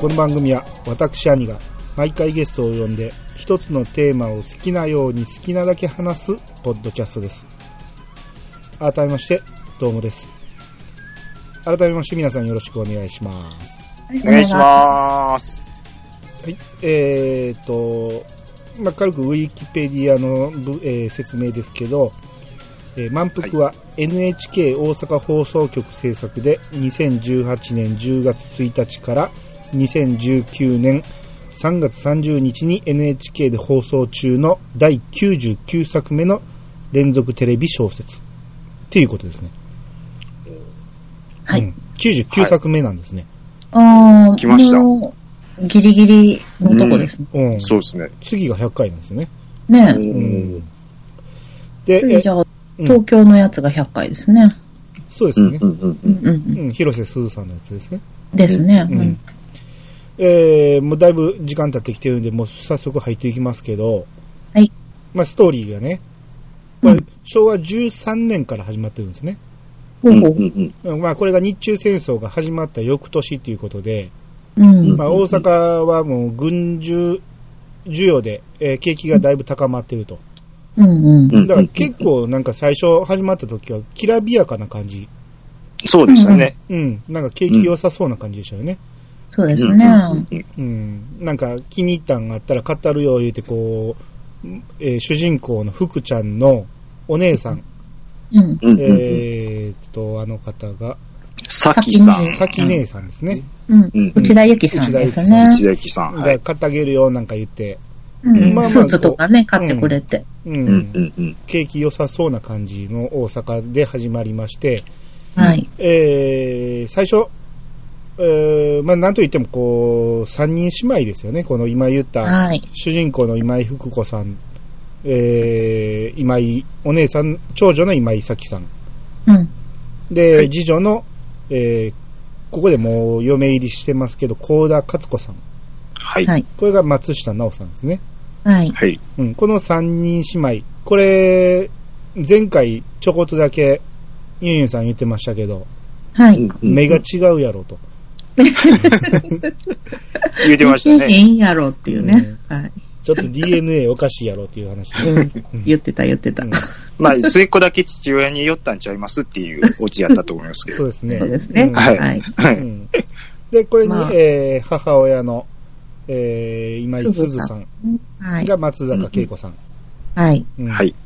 A: この番組は私兄が毎回ゲストを呼んで一つのテーマを好きなように好きなだけ話すポッドキャストです。改めまして、どうもです。改めまして皆さんよろしくお願いします。
B: お願いします。
A: はい。えーと、まあ、軽くウィキペディアのぶ、えー説明ですけど、えー満腹は NHK 大阪放送局制作で2018年10月1日から2019年3月30日に NHK で放送中の第99作目の連続テレビ小説っていうことですね。
C: はい
A: うん、99作目なんですね。
C: ああ、
B: 来ました
C: もうギリギリのとこですね。
A: うん
B: そうですね。
A: 次が100回なんですよね。
B: う
C: ね
A: うん
B: ん。
A: で、
C: え。じゃあ、
A: うん
C: 東京のやつが100回ですね。
A: そうで
B: う
A: す
B: ん
A: ね
B: う。ん
C: うんうんうん。
A: うん、広瀬すずさんのやつですね。
C: ですね。
A: うん
C: うん
A: えー、もうだいぶ時間経ってきてるんで、もう早速入っていきますけど、
C: はい。
A: まあ、ストーリーがね、これ、
C: うん
A: 昭和13年から始まってるんですね。
C: ほ
B: うん。
C: う
B: うん
C: ほ
B: うんう
A: う
B: ん。
A: んまあ、これが日中戦争が始まった翌年ということで、
C: う。うん。
A: まあ、
B: うん
A: 大阪はもう軍需需要で、えー景気がだいぶ高まってると。
C: うんうん。
B: うん
A: だから結構なんか最初始まった時はきらびやかな感じ。
B: そうでしたね。
A: うん。なんか景気良さそうな感じでしたよね。
C: そうで
B: です
C: ね。
A: うん、なんか気に入ったんがあったら語るよ言うてこう、えー主人公の福ちゃんのお姉さん
C: うん。
B: うんうん。
A: えーっと、あの方が、
B: さきさん。
A: さき姉さんですね。
C: うん。
B: うん。
C: 内田ゆきさんですね。
B: 千秋さん。は
A: で、
B: い。
A: 買ってあげるよ、なんか言って。
C: う
B: うん
C: ん
B: まあまあ
C: スーツとかね、買ってくれて。
A: う。
B: うんんうんうん。
A: 景気良さそうな感じの大阪で始まりまして、
C: はい。
A: えー、最初、えー、まあ、なんといっても、こう、三人姉妹ですよね。この今言った、
C: はい。
A: 主人公の今井福子さん、えー、今井、お姉さん、長女の今井咲さん。
C: うん。
A: で、
B: はい
A: 次女の、えー、ここでもう嫁入りしてますけど、幸田勝子さん。
B: はい。
C: はい
A: これが松下奈緒さんですね。
C: はい。
B: はい。
A: うん、この三人姉妹。これ、前回ちょこっとだけ、ユンユンさん言ってましたけど、
C: は
B: うん
C: い。
B: うん
A: 目が違うやろと。
B: 言ってました
C: い
B: ね。
C: いんやろっていうね。はい。
A: ちょっと DNA おかしいやろっていう話で。
C: うん。言ってた、言ってた。
A: うん
B: [laughs] まあ、末っ子だけ父親に酔ったんちゃいますっていうオチやったと思いますけ
A: そう
B: ど。
A: ですね。
C: そうですね。
A: ん
B: はい
C: はい。
B: は
A: う
B: い。
A: んで、これに、
C: まあ
A: えー母親の、えー今井すずさん
C: はい。
A: が松坂慶子さん。
C: はい。
A: うん
B: はい。
A: えー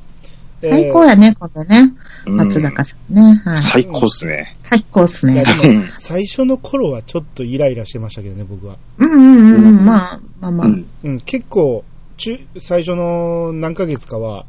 C: 最高やね、このね。
B: うん
C: 松坂さんね。はい。
B: 最高っすね。
C: 最高っす
A: いや
C: ね。
A: でも最初の頃はちょっとイライラしてましたけどね、僕は。
C: うんうんうんうん。まあ、まあま
B: う
C: あ。
B: ん。
A: うん、結構、中、最初の何ヶ月かは、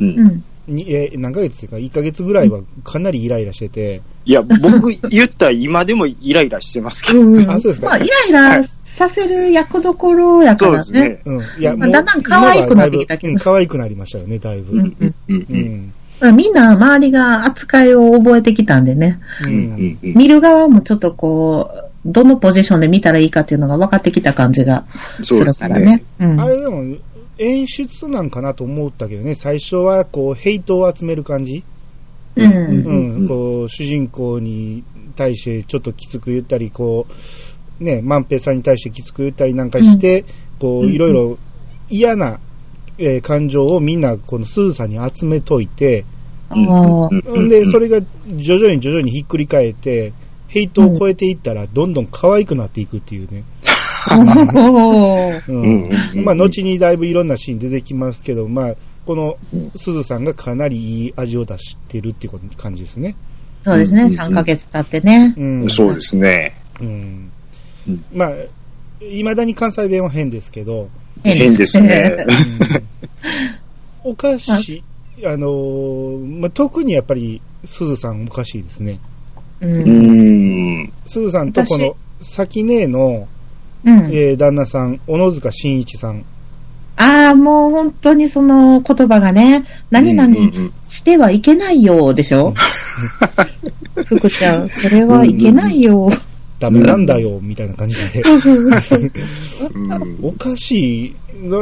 B: う。
C: うんん。
A: に、えー何ヶ月っていうか、1ヶ月ぐらいはかなりイライラしてて、
B: いや、僕言ったら今でもイライラしてますけど。
C: うん
A: あそうですか
C: まあ、イライラさせる役どころやか
B: そうで
C: ら
B: す
C: ね。
B: ね。
A: うん。いや、も
C: まあ
A: う、
C: だんだん可愛くなってきたけど
A: 今はだいぶうん可愛くなりましたよね、だいぶ。
C: う
A: うんん。
C: うん
B: うんう。
A: うんん。
C: まあみんな周りが扱いを覚えてきたんでね。
A: う。
B: うんんうん
C: 見る側もちょっとこう、どのポジションで見たらいいかっていうのが分かってきた感じがす
B: そうで
C: る
B: す
C: から
B: ね
C: ね。。うん。
A: あれでも、演出なんかなと思ったけどね、最初はこう、ヘイトを集める感じ。
C: うん
A: う。
B: うん
A: ん。こう、主人公に対してちょっときつく言ったり、こう、ね、万平さんに対してきつく言ったりなんかして、こう、
B: うん
A: いろいろ嫌な、えー感情をみんな、このすずさんに集めといて、
B: うん
C: ああ
B: うんうん
A: んで、それが徐々に徐々にひっくり返って、ヘイトを超えていったら、どんどん可愛くなっていくっていうね。
C: おー
A: う
B: うんんうんうん
A: まあ、後にだいぶいろんなシーン出てきますけど、まあ、この
B: うん、
A: すずさんがかなりいい味を出してるっていうこと感じですね。
C: そうです
B: う
C: ね。
B: ん
C: 3ヶ月経ってね。
A: うん。
B: そうですね。
A: うん
B: うん。
A: まあ、いまだに関西弁は変ですけど、
B: 変ですね。
A: [laughs] おかしい、あのー、まあ、特にやっぱり、すずさんおかしいですね。
C: う。
B: うんん。
A: すずさんとこの、先姉の、
C: うん。
A: えー旦那さん、小野塚真一さん。
C: ああ、もう本当にその言葉がね、何
B: うん
C: 々
B: うんうん
C: してはいけないよでしょ福ちゃん、それはいけないよ。
A: ダメなんだよ、みたいな感じで。
B: うん
A: おかしい。な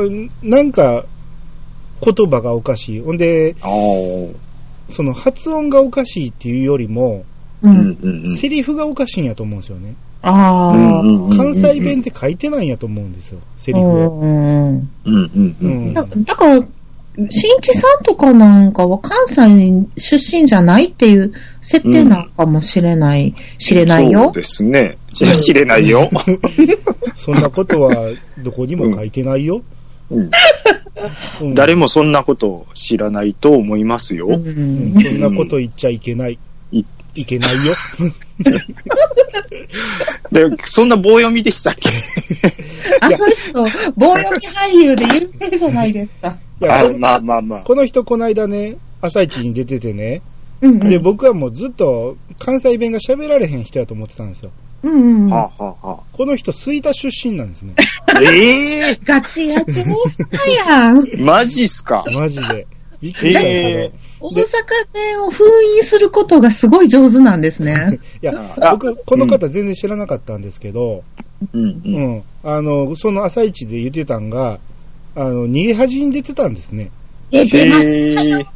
A: なんか、言葉がおかしい。ほんで、
B: あー
A: その発音がおかしいっていうよりも、
C: う。
B: うんんうんうん
A: セリフがおかしいんやと思うんですよね。
C: ああ。
B: うんうんうん
A: 関西弁って書いてないんやと思うんですよ、セリフを。
C: うんうん
B: うんうんうん
C: だだから、新一さんとかなんかは関西出身じゃないっていう設定なのかもしれない、知れない
B: そう
C: よ。
B: ですね。知れないよ。
A: そんなことはどこにも書いてない
B: [laughs]
A: よ。
B: うん
A: うん
B: 誰もそんなことを知らないと思いますよ。
C: うん
A: うんそんなこと言っちゃいけない。
B: い
A: いけない
B: [laughs]
A: よ。
B: で、そんな棒読みでしたっけ
C: あの人、棒読み俳優で有名じゃないですか。
A: いや
B: あ
A: こ
B: まあまあまあ。
A: この人この間ね、朝一に出ててね、
C: うんうん
A: で、僕はもうずっと関西弁が喋られへん人やと思ってたんですよ。
C: うんうん。
B: はあはあは
A: この人、吹田出身なんです
B: [laughs]
A: ね。
B: あええ
C: ガチガチにしたやん。
B: マジっすか
A: マジで。びっくりしたんやけ
B: へ
A: ど。
C: 大阪弁を封印することがすごい上手なんですね。
A: いや、
B: あ
A: 僕、この方全然知らなかったんですけど、
B: うん
A: う
B: うん。
A: ん。あの、その朝一で言ってたんが、あの、逃げ恥に出てたんですね。
C: 出てまし
B: へ
C: た
B: え。
C: よ
A: いや、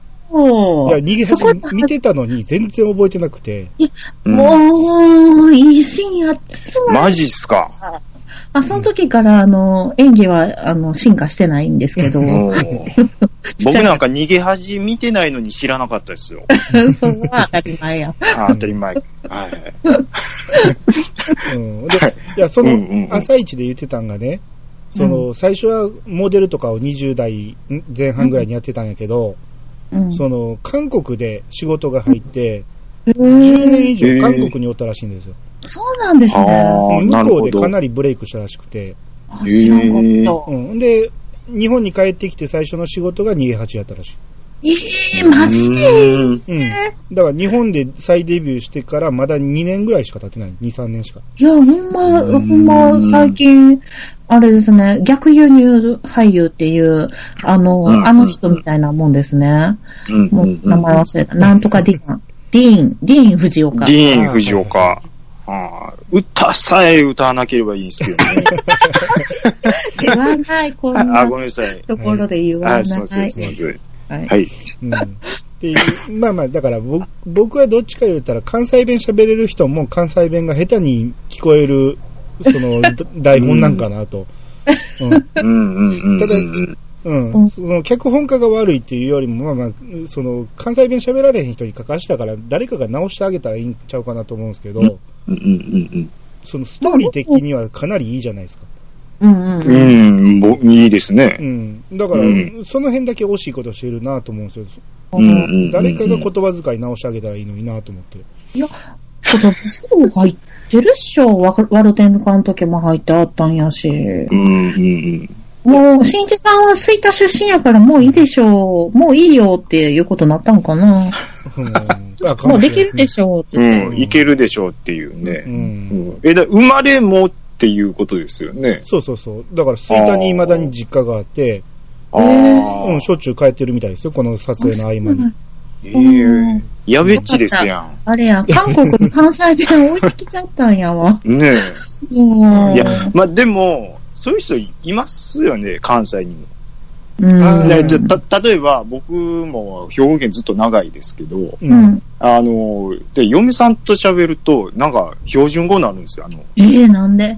A: 逃げ
C: そこ
A: 恥見てたのに全然覚えてなくて。
B: うん
C: もう、いいシーンやってま
B: マジっすか
C: あ、その時から、あの、演技は、あの、進化してないんですけど、
B: もう
C: ちっ
B: 僕
C: ちゃい
B: なんか逃げ恥見てないのに知らなかったですよ。
C: [laughs] そうは当たり前や。
B: あ当たり前。はい。
A: うん。で、いや、そ
B: うんうんう
A: の、
B: ん
A: 朝一で言ってたんがね、その、最初はモデルとかを20代前半ぐらいにやってたんやけど、
C: うん。
A: その、韓国で仕事が入って、
C: へ
A: 10
C: ー
A: 年以
B: へ
A: 上
B: ー
A: 韓国におったらしいんですよ。
C: そうなんです
B: あ
C: ね。
B: ーな
A: 向こ
B: るほど
A: うでかなりブレイクしたらしくて。
C: あ知らんかった。
A: うん。で、日本に帰ってきて最初の仕事が逃げ八やったらし
C: えー、マジ
B: うん
A: い。うん。だから日本で再デビューしてからまだ2年ぐらいしか経ってない。2、3年しか。
C: いや、ほんま、
B: う
C: ほ
B: ー
C: ん
B: ん
C: ま、最近、あれですね、逆輸入俳優っていう、あの、
B: うん
C: あの人みたいなもんですね。
B: うん
C: もう、名前忘れた。なんとかディーン。ディーン、ディーン藤岡。
B: ディーン・フジオカ。あー歌さえ歌わなければいいんですけどね。
C: 言わない、こ
B: [laughs]
C: ん
B: あ、
C: な
B: ごめんなさい。
C: ところで言わ
B: あ、すい
C: な
B: ません、
C: い
B: す。いません。
C: はい
B: はい。
A: うん。っていう、まあまあ、だから僕僕はどっちか言ったら関西弁喋れる人も関西弁が下手に聞こえる、そ
B: [laughs]
A: の、台本なんかなと。うん。
B: うんうんうんうん。
A: ただ
B: うん
A: うん、
C: うん
A: その脚本家が悪いっていうよりも、まあまあ、その関西弁喋られへん人に書かしたから、誰かが直してあげたらいいんちゃうかなと思うんですけど、
B: うんうんうん
A: そのストーリー的にはかなりいいじゃないですか。
C: うんう。
B: うんん。もういいです
A: う
B: ね。
A: ん、だから、
B: うん
A: その辺だけ惜しいことしてるなと思うんですよ。
B: うんうんうんうん
A: 誰かが言葉遣い直してあげたらいいのになと思って。
C: ちょっと、スロ入ってるっしょ。ワワルテンカの時も入ってあったんやし
B: う。んうん
C: もう、新次さんは吹田出身やからもういいでしょう。もういいよっていうことになったんかな。 [laughs]
A: うんあか
C: もう
A: し
C: で
A: れ
C: きるで
A: ょ。
C: しょうって
B: う。ん。うん。いけるでしょうっていう
A: う。
B: ね。うんんえ、だ生まれもっていうことですよね。
A: そうそうそう。だから、吹田に未だに実家があって、
B: ああ。
A: うん、しょっちゅう帰ってるみたいですよ、この撮影の合間に。
B: ええ。やべっちですやん。
C: あれや、韓国の関西弁置いてきちゃったんやわ。
B: ね
C: もう
B: え。いや、まあでも、そういう人いますよね、関西にも。
C: うん。
A: あ
B: ね
A: ー
B: じゃた例えば、僕も兵庫県ずっと長いですけど、
A: う。
C: うんん。
B: あの、で、嫁さんと喋ると、なんか、標準語になるんですよ。あの、
C: ええなんで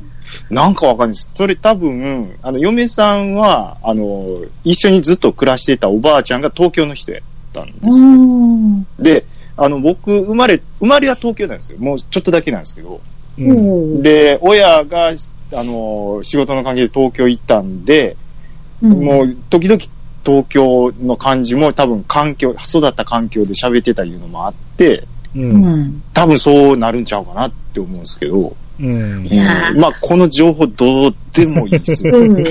B: なんかわかんないです。それ多分、あの、嫁さんは、あの、一緒にずっと暮らしていたおばあちゃんが東京の人やったんで
C: う
B: す。
C: ん。
B: で、あの、僕、生まれ、生まれは東京なんですよ。もうちょっとだけなんですけど。
A: うん。
B: で、親が、あの、仕事の関係で東京行ったんで、もう、時々東京の感じも多分環境、育った環境で喋ってたいうのもあって、
A: う。
C: うんん。
B: 多分そうなるんちゃうかなって思うんですけど、
A: うん。
C: いやー
B: まあ、この情報どうでもいいですよ。
C: うん。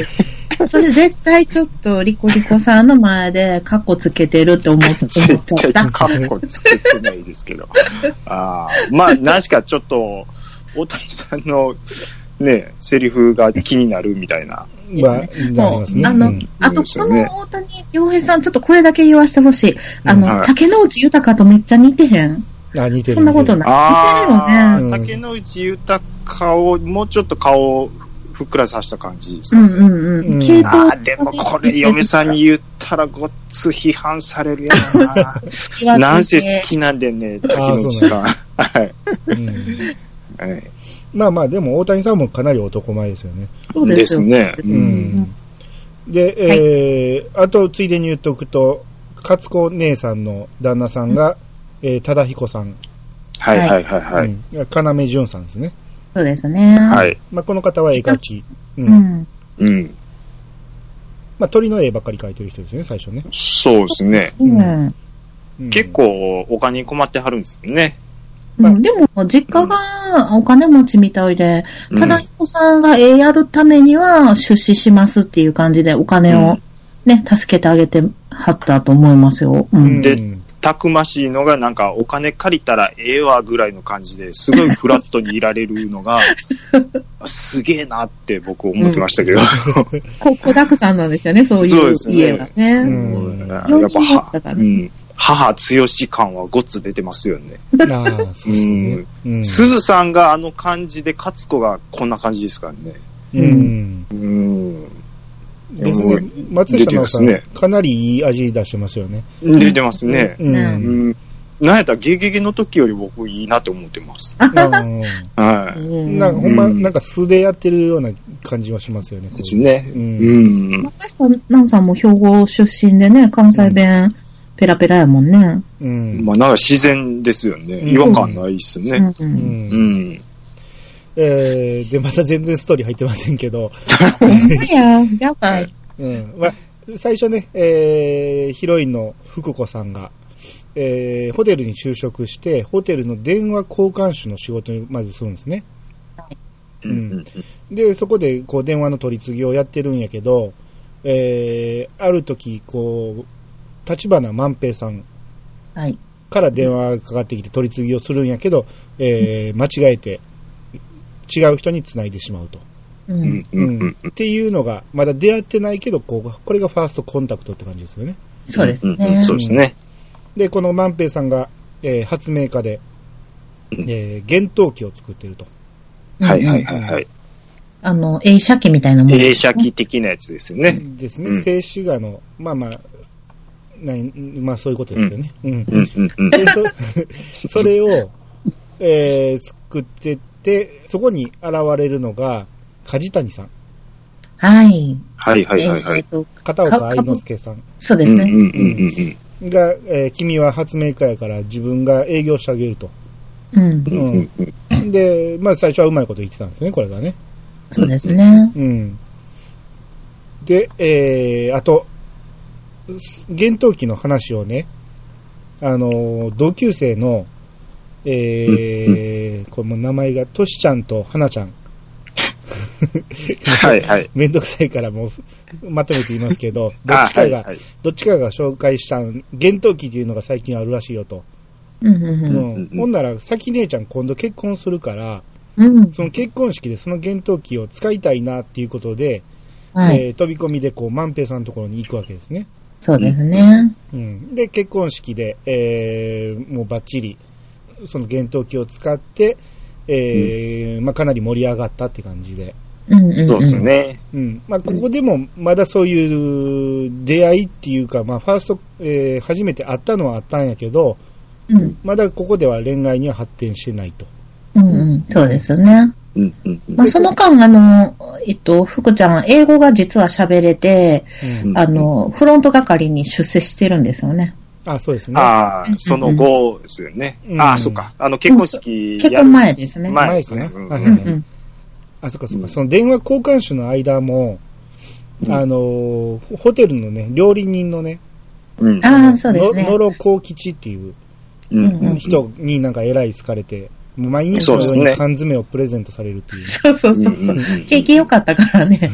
C: それ絶対ちょっとリコリコさんの前でカッコつけてるって思っ思っ
B: [laughs] 絶
C: ちゃっ
B: 対
C: た。
B: カッコつけてないです
C: [laughs]
B: けど。あーまあ、何しかちょっと、大谷さんのね、セリフが気になるみたいな。
A: まあ、なりますね。
C: あの、
A: うん
C: あと
B: そうです
C: こ
B: よね
C: の大谷洋平さん、ちょっとこれだけ言わせてほしい。あの、
B: うんはい
C: 竹野内豊とめっちゃ似てへん。
A: あ、似てる。
C: そんなこと
A: い。
C: ない。
B: あ
A: う
B: ー
A: ん
B: 竹野内豊を、もうちょっと顔をふっくらさせた感じです
C: 似てる
B: か
C: よね。うんうん
A: う
C: うんん。系
B: あ
C: 統
B: あ、でもこれ、嫁さんに言ったらごっつ批判されるやろ [laughs] な。
C: は
B: なんせ好きなんでね、竹野内さん。はい。
A: うん
B: はい
A: まあまあ、でも大谷さんもかなり男前ですよね。
C: そう
B: で
C: です
B: す
C: よ。
B: ね。
A: う
B: うんん。
A: で、えーあと、ついでに言っとくと、勝子姉さんの旦那さんが、えー、忠彦さん。
B: はいはいはいは
A: う
B: い。
A: ん。要潤さんですね。
C: そうですね。。
B: はいい。
A: まあ、この方は絵描き。う。
C: うんん。
B: うん。
A: まあ、鳥の絵ばっかり描いてる人ですね、最初ね。
B: そうですね。
A: うん
C: うん
A: うん
B: 結。構お金に困ってはるんですよね。
A: まあ
C: うんでも、実家がお金持ちみたいで、
B: うん
C: ただ彦さんが絵やるためには出資しますっていう感じでお金
B: う
C: を
B: ん
C: ね、助けてあげてはったと思いますよ。う
A: うん
C: ん。
B: でたくましいのがなんかお金借りたらええわぐらいの感じですごいフラットにいられるの [laughs] が、すげえなって僕思ってましたけど。
C: こ、子沢山なんですよね、そう
B: そう
C: いう
B: ですね
C: 家はね。
A: うん
B: [laughs] うんやっぱは
C: だから
B: う
C: ね
B: ん母強し感はごっつ出てますよね。
A: ああ、そうですね。うん
B: すずさんがあの感じで、勝子がこんな感じですからね。
A: うん。
B: うん。
A: ですね。松下奈緒さ
B: 出て
A: ん、かなりいい味出してますよね。
B: 出てますね。
A: う。
B: うんん。なんやったらゲゲゲの時より僕いいなって思ってます。
A: うん
B: はい。
C: うん
A: なんかほんま、なんか素でやってるような感じはしますよね。こう
B: ですね。
A: う
B: うんん。
C: 松下奈緒さんも兵庫出身でね、関西弁ペラペラやもんね。
A: うん。
B: まあなんか自然ですよね。違和感ないっす
C: う
B: ね。
C: んう。
A: うん。
B: うんん。
A: えー、で、また全然ストーリー入ってませんけど、
C: ほんまや、やばい。
A: うん。まあ、最初ね、えーヒロインの福子さんが、えーホテルに就職して、ホテルの電話交換手の仕事にまずするんですね。
B: うんん。
A: で、そこで、こう、電話の取り次ぎをやってるんやけど、えーある時、こう、立花万平さん
C: はい。
A: から電話がかかってきて取り次ぎをするんやけど、えー間違えて、違う人に繋いでしまうと。
C: う
B: うんん。。うん。うん。
A: っていうのが、まだ出会ってないけど、こう、これがファーストコンタクトって感じですよね。
C: そうです
B: ん
C: ね
B: ん。そうですね。
A: で、この万平さんが、えー発明家で、えー、幻灯機を作ってると。
B: はいはいはいはい。
C: あの、映写機みたいなもの。
B: 映写機的なやつですよね。
A: ですね。
B: うん
A: 静止画の、まあまあ、ないまあそういうことですよね。うん。
B: うんうんうん。
A: で [laughs] そそれを、えー作ってって、そこに現れるのが、梶谷さん、
C: はい。
B: はいはいはいは
C: えっ
B: い。
C: と、
A: 片岡愛之助さん
C: そうで
B: うん
C: す
B: うん
C: ね。
B: うんうん
A: が、えー君は発明家やから自分が営業してあげると。
C: うん。
B: うんうんうん。
A: で、まあ最初はうまいこと言ってたんですね、これがね。
C: そうですね。
A: うん。で、えー、あと、す幻灯機の話をね、あのー、同級生の、えー、これもう名前が、としちゃんとはなちゃん。
B: はいはい。
A: めんどくさいからもう、まとめて言いますけど、ど
B: あ
A: っちか
B: はい
A: が、
B: はい。
A: どっちかが紹介した、幻灯機っていうのが最近あるらしいよと。
C: うんうん
A: う
C: うん。
A: ん。ほんなら、さき姉ちゃん今度結婚するから、
C: うん。
A: その結婚式でその幻灯機を使いたいなっていうことで、
C: はい。
A: えー飛び込みでこう万平さんのところに行くわけですね。
C: そうですね。
A: うん、で結婚式で、えーもうバッチリその幻灯機を使って、えーまあ、かなり盛り上がったって感じで、
C: うんうんん。
B: そうですね。
A: うんまあ、ここでもまだそういう出会いっていうか、まあ、ファースト、えー初めて会ったのはあったんやけど
C: うん。
A: まだここでは恋愛には発展してないと。
C: うんうん。そうですね。
B: うんうんうん
C: まあ、その間、あの、えっと、福ちゃん、英語が実は喋れて、
A: うん、
C: あの、フロント係に出世してるんですよね。
A: あそうですね
B: ああ、その後ですよね
A: う。ん
B: ああ、そっか。あの、結婚式
C: 結
B: や
C: 構
B: る
C: 前ですね。
B: 前です
A: 前
B: ね
A: です。ね
B: うん
A: はいうは
C: ん
A: い
C: うん。
A: あ、そっかそっか、その電話交換手の間も、
B: うん
A: あのー、ホテルのね、料理人のね、
B: うん
C: ああ、そうです
A: の野
C: ね。
A: 呂幸吉っていう
B: うんうん
A: 人になんか偉い好かれて、もう毎日のよ
B: そう
A: う
B: です
A: に
B: ね
A: 缶詰をプレゼントされるっていう。
C: そうそうそう
B: うんうんうん
C: そう。景気良かったからね、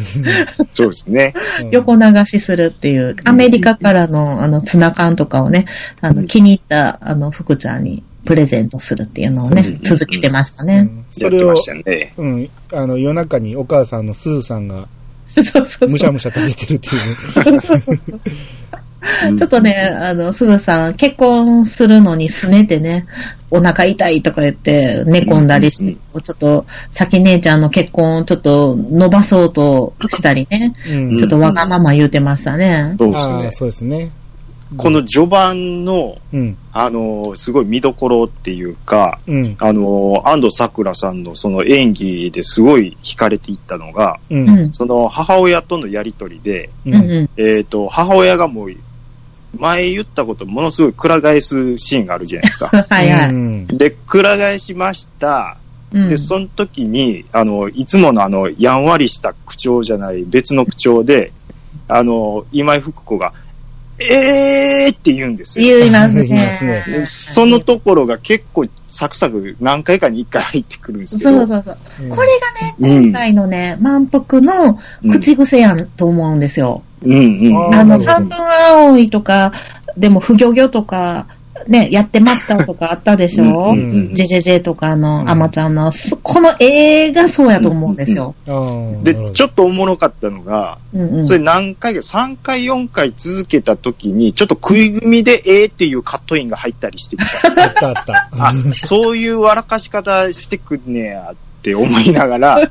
B: そうですね。
A: うん
C: [laughs] 横流しするっていう、アメリカからの、あの、ツナ缶とかをね、あ
B: う
C: の、
B: ん
C: 気に入った、あの、福ちゃんにプレゼントするっていうのを
A: そう
C: ね、続けてました
A: う
C: ね。
A: ん
B: や
A: そ
B: って
A: れを
B: まし、たね。
A: うん、あの、夜中にお母さんのすずさんが、
C: そう [laughs] そうそう。
A: むしゃむしゃ食べてるっていうね。
C: [laughs] ちょっとね、あの、すずさん、結婚するのにすねてね、お腹痛いとか言って寝込んだりして、ちょっと、さき姉ちゃんの結婚をちょっと伸ばそうとしたりね、
A: うん。
C: ちょっとわがまま言うてましたね。
B: そうです
A: ああ、
B: ね。
A: そうですね。
B: この序盤の、
A: うん、
B: あのー、すごい見どころっていうか、
A: うん、
B: あのー、安藤サクラさんのその演技ですごい惹かれていったのが、
A: うん、
C: う。
A: うん、
B: その母親とのやりとりで、
C: うんん
A: う、
C: うんん。
B: えっ、と、母親がもう、前言ったことものすごいくら返すシーンがあるじゃないですか。
C: はいは
A: う
C: い。
A: ん
B: で、くら返しました。
C: うん
B: で、その時に、あの、いつものあの、やんわりした口調じゃない別の口調で、あの、今井福子が、えーって言うんですよ。
C: 言いますね。
A: 言いますね
B: でそのところが結構サクサク何回かに一回入ってくるんですけど。
C: そうそうそう。
A: うん
C: これがね、
B: うん
C: 今回のね、満腹の口癖やんと思うんですよ。
B: うんうん。
A: あー
C: あ
A: な
C: の、
A: るほど
C: 半分青いとか、でも、不ギョギョとか、ね、やってまったとかあったでしょ、
B: うんうんうん
C: ジェジェジェとか
A: う
C: の
A: ん
C: アマちゃんの、そこの絵がそうやと思うんですよ。
A: あー
B: で
A: なるほ、ど
B: ちょっとおもろかったのが、
C: うんうん。
B: それ何回か、3回、4回続けた時に、ちょっと食い組みでえーっていうカットインが入ったりしてきた。
A: あったあった。
B: あ、そういう笑かし方してくんねやって思いながら、
A: うん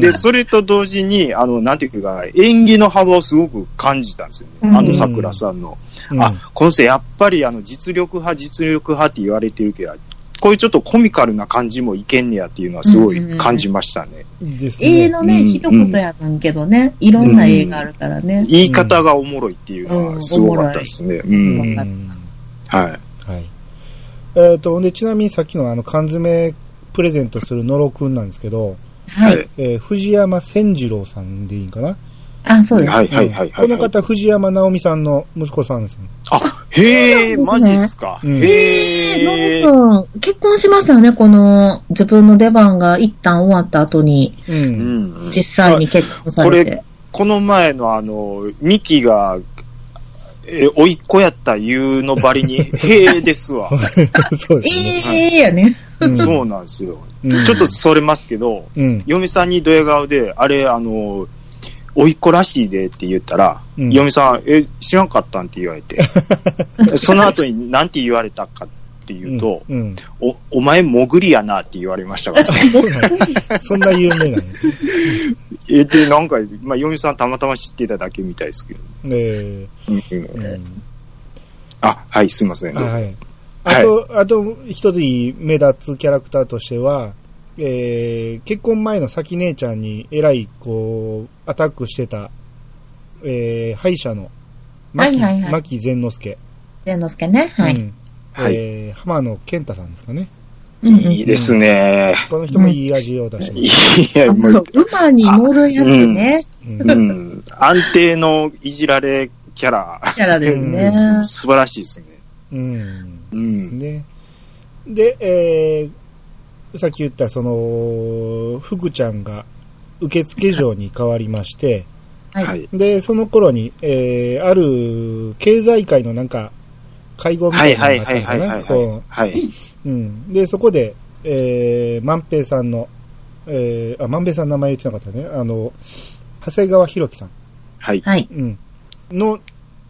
B: で、それと同時に、あの、なんていうか、演技の幅をすごく感じたんですよ
C: うん
B: ね。安藤サクラさんの。
A: うん
B: あ、この人やっぱりあの、実力派、実力派って言われてるけど、こういうちょっとコミカルな感じもいけんねやっていうのはすごい感じましたね。
A: です
C: 絵
A: ね。
C: のね、
B: うん
C: 一言やねんけどね、いろんな絵があるからね。
B: 言い方がおもろいっていうのはすごかったですね。う。
A: うんん
B: はい。
A: はい。えっ、と、で、ちなみにさっきのあの、缶詰プレゼントする野呂くんなんですけど、
C: はい。。
A: えー藤山千次郎さんでいいんかな
C: あ、そうです。
B: はいはいはいは
A: こ
B: い。
A: の方、藤山直美さんの息子さんですね。
B: あ、へえ、
C: そうな
B: マ
C: んですね
B: ジっすか。
A: うん
B: へえ。
C: ノブ君、結婚しましたよね、この、自分の出番が一旦終わった後に、
A: う。
B: うんん
C: 実際に結婚され
B: こ
C: て。
B: この前のあの、ミキが、え、甥いっ子やった言うのば
A: [laughs]
B: りに、へえですわ。
A: [laughs] そうで
C: え
A: すね。
C: えー、やね。
A: うん
B: そうなんですよ。
A: うん
B: ちょっとそれますけど、
A: うん。
B: 嫁さんにドヤ顔で、あれ、あの、甥いっ子らしいでって言ったら、
A: うん
B: 嫁さん、え、知らんかったんって言わ
A: [laughs]
B: れて、その後に何て言われたかっていうと、
A: うん。
B: お、お前、もぐりやなって言われまし
A: [laughs]
B: たから、
A: そうなんやそんな有名なんや。
B: え、で、なんか、まあ、嫁さんたまたま知ってただけみたいですけど、
A: え
B: うん
A: ーうん
B: あ、はい、すいません。どうぞ
A: はい。あと、あと一つ目立つキャラクターとしては、えー、結婚前の咲姉ちゃんにえらい、こう、アタックしてた、えー、歯医者の、牧、
C: はいはいはい
A: 牧善之助。
C: 善之助ね。は
A: う
C: い。
A: ん
B: はい
A: えー、浜野健太さんですかね。
C: うんうん
B: いいですね。
A: この人もいい味を出してま
B: い
A: す。
B: や、
C: あ
B: も
C: の
B: う、
C: 馬に乗るやつね。
A: うん
B: うん、安定のいじられキャラ、
C: キャラだよね。
B: 素晴らしいですね。
A: うん。
B: う
A: です
B: ん。
A: ね。で、えー、さっき言った、その、福ちゃんが受付嬢に変わりまして、
B: は
C: はい。
B: い。
A: で、その頃に、えー、ある経済界のなんか、会合み
B: は
A: た
B: い
A: いな
B: はい
A: のがあ
B: は
A: った
B: い
A: のか
B: はいは。
A: ないそう。
B: はい。
A: うん。で、そこで、えー、万平さんの、えー、あ、万平さんの名前言ってなかったね。あの、長谷川博樹さん、
B: はい。
C: はい。
A: うん、の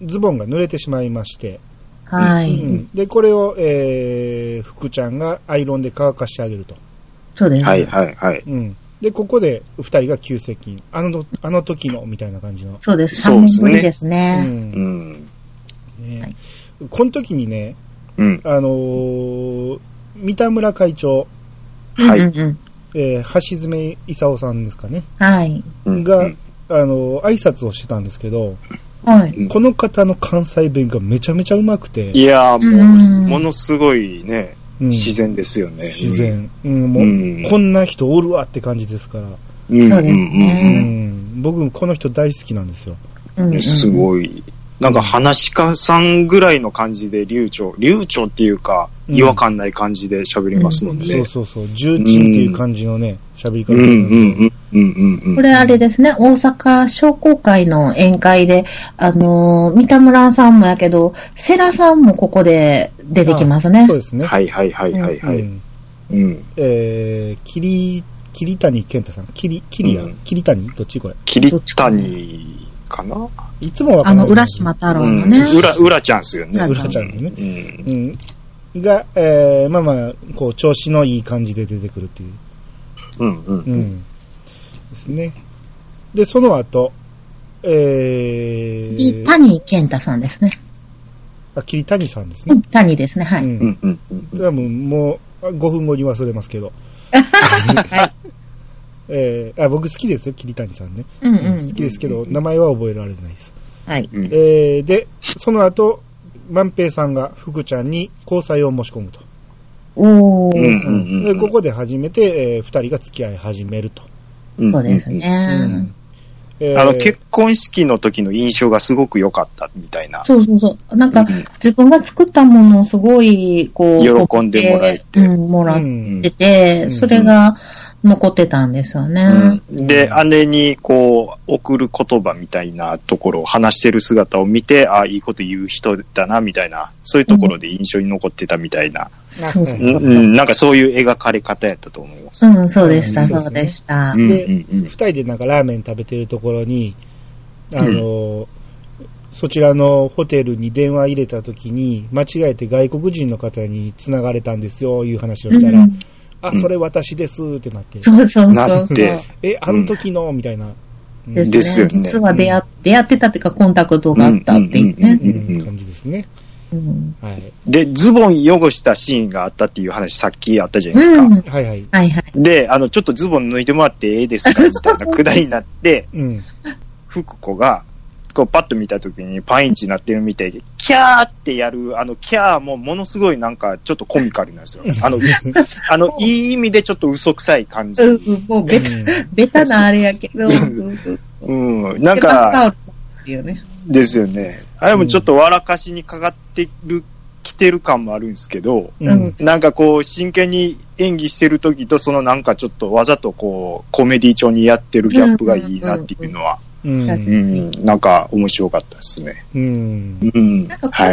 A: ズボンが濡れてしまいまして、
C: は
A: う
C: い。
A: ん、で、これを、えー、福ちゃんがアイロンで乾かしてあげると。
C: そうです。
B: はいはいはい。
A: うん。で、ここで二人が急接近。あの、あの時の、みたいな感じの。
C: そうです。
B: そう
C: 3
B: で
C: 年
B: すね
C: ぶりです
A: う。
C: ね。
B: うんん。
A: ね
C: はい
A: この時にね、
B: うん。
A: あのー三田村会長、
B: はい
C: うんうんうん
A: えー橋爪功さんですかね、
C: はい。
B: うん
A: が、
B: うん
A: あのー挨拶をしてたんですけど、
C: は
B: う
C: い。
B: ん
A: この方の関西弁がめちゃめちゃうまくて、
B: いやー
C: うん
B: もう、ものすごいね、
A: うん
B: 自然ですよね。
A: 自然。うん、もう、
B: うん
A: こんな人おるわって感じですから、
B: うん。うん。
C: そう
A: う
C: うんですね
A: ん、僕、この人大好きなんですよ。
C: うん
B: う
C: うん
B: ん。すごい。なんか、話し家さんぐらいの感じで流暢、流暢っていうか、
A: うん
B: 違和感ない感じで喋りますもん
A: そ
B: ね
A: う。そうそう、重鎮っていう感じのね、喋り方
B: うん
A: す
B: う
A: る
B: ん
A: ので
B: うんうんうんうん。
C: これあれですね、大阪商工会の宴会で、あのー三田村さんもやけど、セラさんもここで出てきます
A: あ
C: ね
A: そう。ですね。
B: はいはいはいはいは
A: う
B: い。
A: ん
B: うん。
A: えー、キリ、キリタニ健太さん。キリ、キリア、
B: うん
A: キリタニどっちこれ。
B: 桐谷かない
A: つもわか
C: あ
A: んない。
C: の、浦島太
B: う
C: 郎の
B: ん。
C: ね。
B: うら、うらちゃんっすよね。
C: う
A: 浦ちゃんのね。
B: うん。
A: うん。が、えー、まあまあ、こう、調子のいい感じで出てくるっていう。
B: うんう。
A: うんん。ですね。で、その後、え
C: で
A: ー、
C: 谷健太さんですね。
A: あ、キリタニさんです
C: う
A: ね
C: ん。谷ですね、は
A: う。
C: い。
B: うんんうんうんうん。
A: 多分、もう、5分後に忘れますけど。
C: はい
A: [laughs] えー、あ、僕好きですよ、キリタニさんね。
C: うんう
A: 好
C: ん。
A: きですけど、名前は覚えられないです。
C: はい。
B: うん
A: えー、で、その後、万平さんが福ちゃんに交際を申し込むと。
C: お
B: うん
C: ー、
B: うんうんう
A: で
B: ん
A: ここで初めて、えー二人が付き合い始めると。
C: そうですね。
A: えー
B: あの、結婚式の時の印象がすごく良かったみたいな。
C: そうそうそう。なんか
B: うんうん、
C: 自分が作ったものをすごい、こう、
B: 喜んでもらえて
C: うんもら
A: う
C: っ
A: ん
C: てて、
A: うん
C: それが残ってたんですよね。
B: うんで、姉にこう、送る言葉みたいなところを話してる姿を見て、ああ、いいこと言う人だな、みたいな、そういうところで印象に残ってたみたいな、
C: そうそう
B: う
A: うん
B: んうんなんかそういう描かれ方やったと思います。
C: うん、そうでし
A: う
C: た、
A: ん
C: そうでした
B: う。んうん
A: で
B: うん
A: 二人でなんかラーメン食べてるところに、あのーそちらのホテルに電話入れた時に、間違えて外国人の方に繋がれたんですよ、いう話をしたら、
C: うん
A: あ、それ私ですってなって、
C: そうそうそ
B: な
C: う
B: っ
C: そう。
B: て、
A: え、あの時の、みたいな、うん
C: ですね
B: ですよね
C: 実は出会っ出会ってたっていうか、コンタクトがあったっていうね
A: う。ん
B: うんうん
A: 感じですね。
C: うん
A: はい。
B: で、ズボン汚したシーンがあったっていう話さっきあったじゃな
C: う
B: いですか。
C: ん。
A: はいはい。
C: はいはい。
B: で、あの、ちょっとズボン脱いでもらってええですかみたいなくだりにな [laughs] って、
A: うん。
B: 福子が、こうパッと見た時にパンイチになってるみたいで、キャーってやる、あの、キャーもものすごいなんかちょっとコミカルなんですよ。あの、うあの、いい意味でちょっと嘘くさい感じ。
C: うん、もうベタ、ベタなあれやけど、そうそう
B: うん。なん
C: ペパス
B: か、
C: タオルっていうね。
B: ですよね。あれもちょっと笑かしにかかってる、来てる感もあるんですけど、
A: う
C: うんん。
B: なんかこう、真剣に演技してる時と、そのなんかちょっとわざとこう、コメディ調にやってるギャップがいいなっていうのは、
A: うん。
C: 確
B: う
C: か
B: ん
C: に、
B: なんか面白かったですね。
A: うん。
B: うん。
C: なんかこう
B: はい。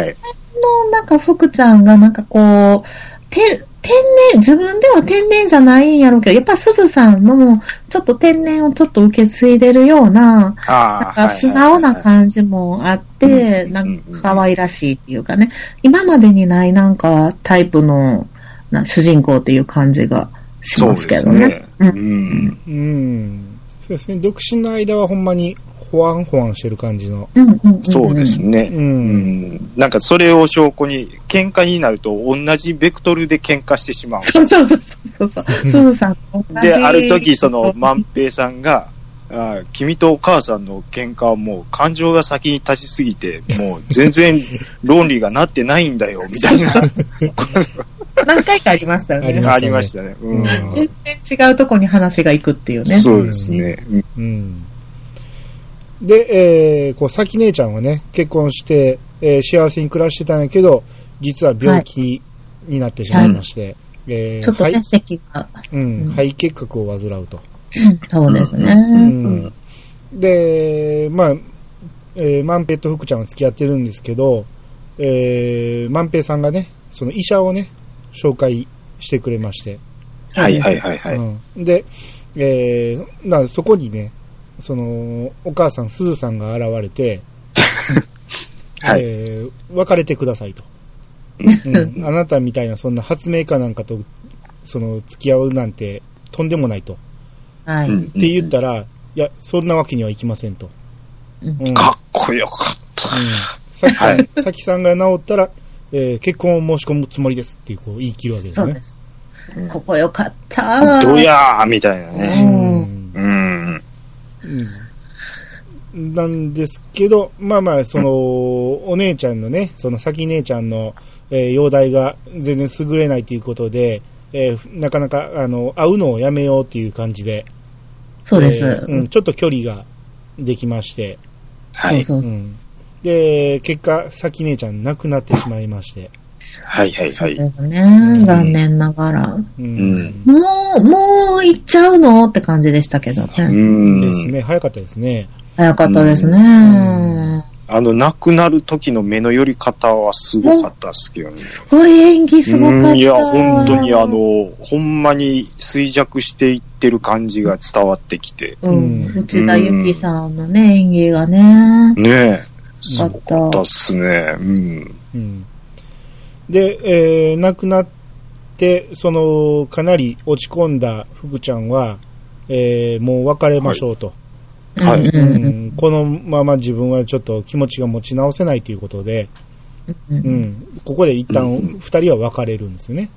C: の、なんか福ちゃんが、なんかこう、て、天然、自分では天然じゃないんやろうけど、やっぱ鈴さんの、ちょっと天然をちょっと受け継いでるような、なん
B: ああ
C: か素直な感じもあ
B: は
C: っ
B: い
C: て、
B: うん
C: なんか可愛らしいっていうかね、今までにないなんかタイプのな主人公っていう感じがし
B: そう
C: ま
B: です
C: け
B: す
C: どね
B: ね。。う
C: う
B: んん。
A: うん。そうですね。独身の間はほんまに、ほわんほわんしてる感じの。
C: うんうんうん
B: そうですね。
A: う。
B: うんん。なんかそれを証拠に、喧嘩になると同じベクトルで喧嘩してしまう。
C: そうそうそうそ
B: [laughs]
C: うそう。鈴さんと同じ
B: で、ある時、その、万平さんが、あー君とお母さんの喧嘩はもう感情が先に立ちすぎて、もう全然論理がなってないんだよ、みたいな、
C: 何回かありましたよ
A: あり
C: ね。
A: ま
B: あ
A: したね
B: りましたね。うん。
A: うん
C: 全然違うとこに話が行くっていうね。
B: そうですね。うん
A: うん。で、えー、こう、さき姉ちゃんはね、結婚して、えー幸せに暮らしてたんやけど、実は病気になってしまいまして、えー
C: ちょっとね、
A: 肺
C: 席が。
A: うん、
C: うん
A: 肺結核を患うと。
C: そうですね。
A: うんで、まあ、えー、万平と福ちゃんは付き合ってるんですけど、えー、万平さんがね、その医者をね、紹介してくれまして、
B: はいはいはいはい。
A: うん、で、えー、なそこにね、その、お母さん、すずさんが現れて、
B: はい
A: えー別れてくださいと、うんあなたみたいな、そんな発明家なんかと、その、付き合うなんて、とんでもないと。
C: は
B: うん
A: っ
C: い。
A: て言ったら、いや、そんなわけにはいきませんと。
C: うん
A: うん
B: かっこよかった。
A: さきさ
B: は
A: ん、さきさんが治ったら、えー結婚を申し込むつもりですっていう、こう、言い切るわけです
C: そう
A: ね
C: で。す。ここよかった。
B: どやーみたいなね。
A: うん
B: うん。
A: うんなんですけど、まあまあ、その、お姉ちゃんのね、そのさき姉ちゃんの、えー容体が全然優れないということで、えーなかなか、あの、会うのをやめようっていう感じで、
C: そうです。
A: えーうん、ちょっと距離ができまして、
B: は
C: そう
B: い。
C: そう
A: う
C: そうん
A: で、結果、さき姉ちゃん亡くなってしまいまして、
B: はいはいは
C: そう
B: い。
C: ですね。残念ながら。
A: う
B: うん
C: もう、もう行っちゃうのって感じでしたけど
B: う
C: ね。
B: ん。
A: ですね、早かったですね。
C: 早かったですね。
A: ん
B: あの、亡くなる時の目の寄り方はすごかったですけどね。
C: すごい演技すごかった。
B: うんいや、本当にあ、の、ほんまに衰弱していってる感じが伝わってきて。
C: うん
A: う、ん
C: 内田有紀さんのね、演技がね、
B: ねえ。
C: あ
B: す
C: っ
B: ご
C: た。
B: かったっすね。うん。
A: うんで、えー亡くなって、その、かなり落ち込んだ福ちゃんは、えーもう別れましょうと、
B: はい
C: うん
A: う
C: うん
A: んこのまま自分はちょっと気持ちが持ち直せないということで、
C: う。
A: うんん、ここで一旦二人は別れるんですよね。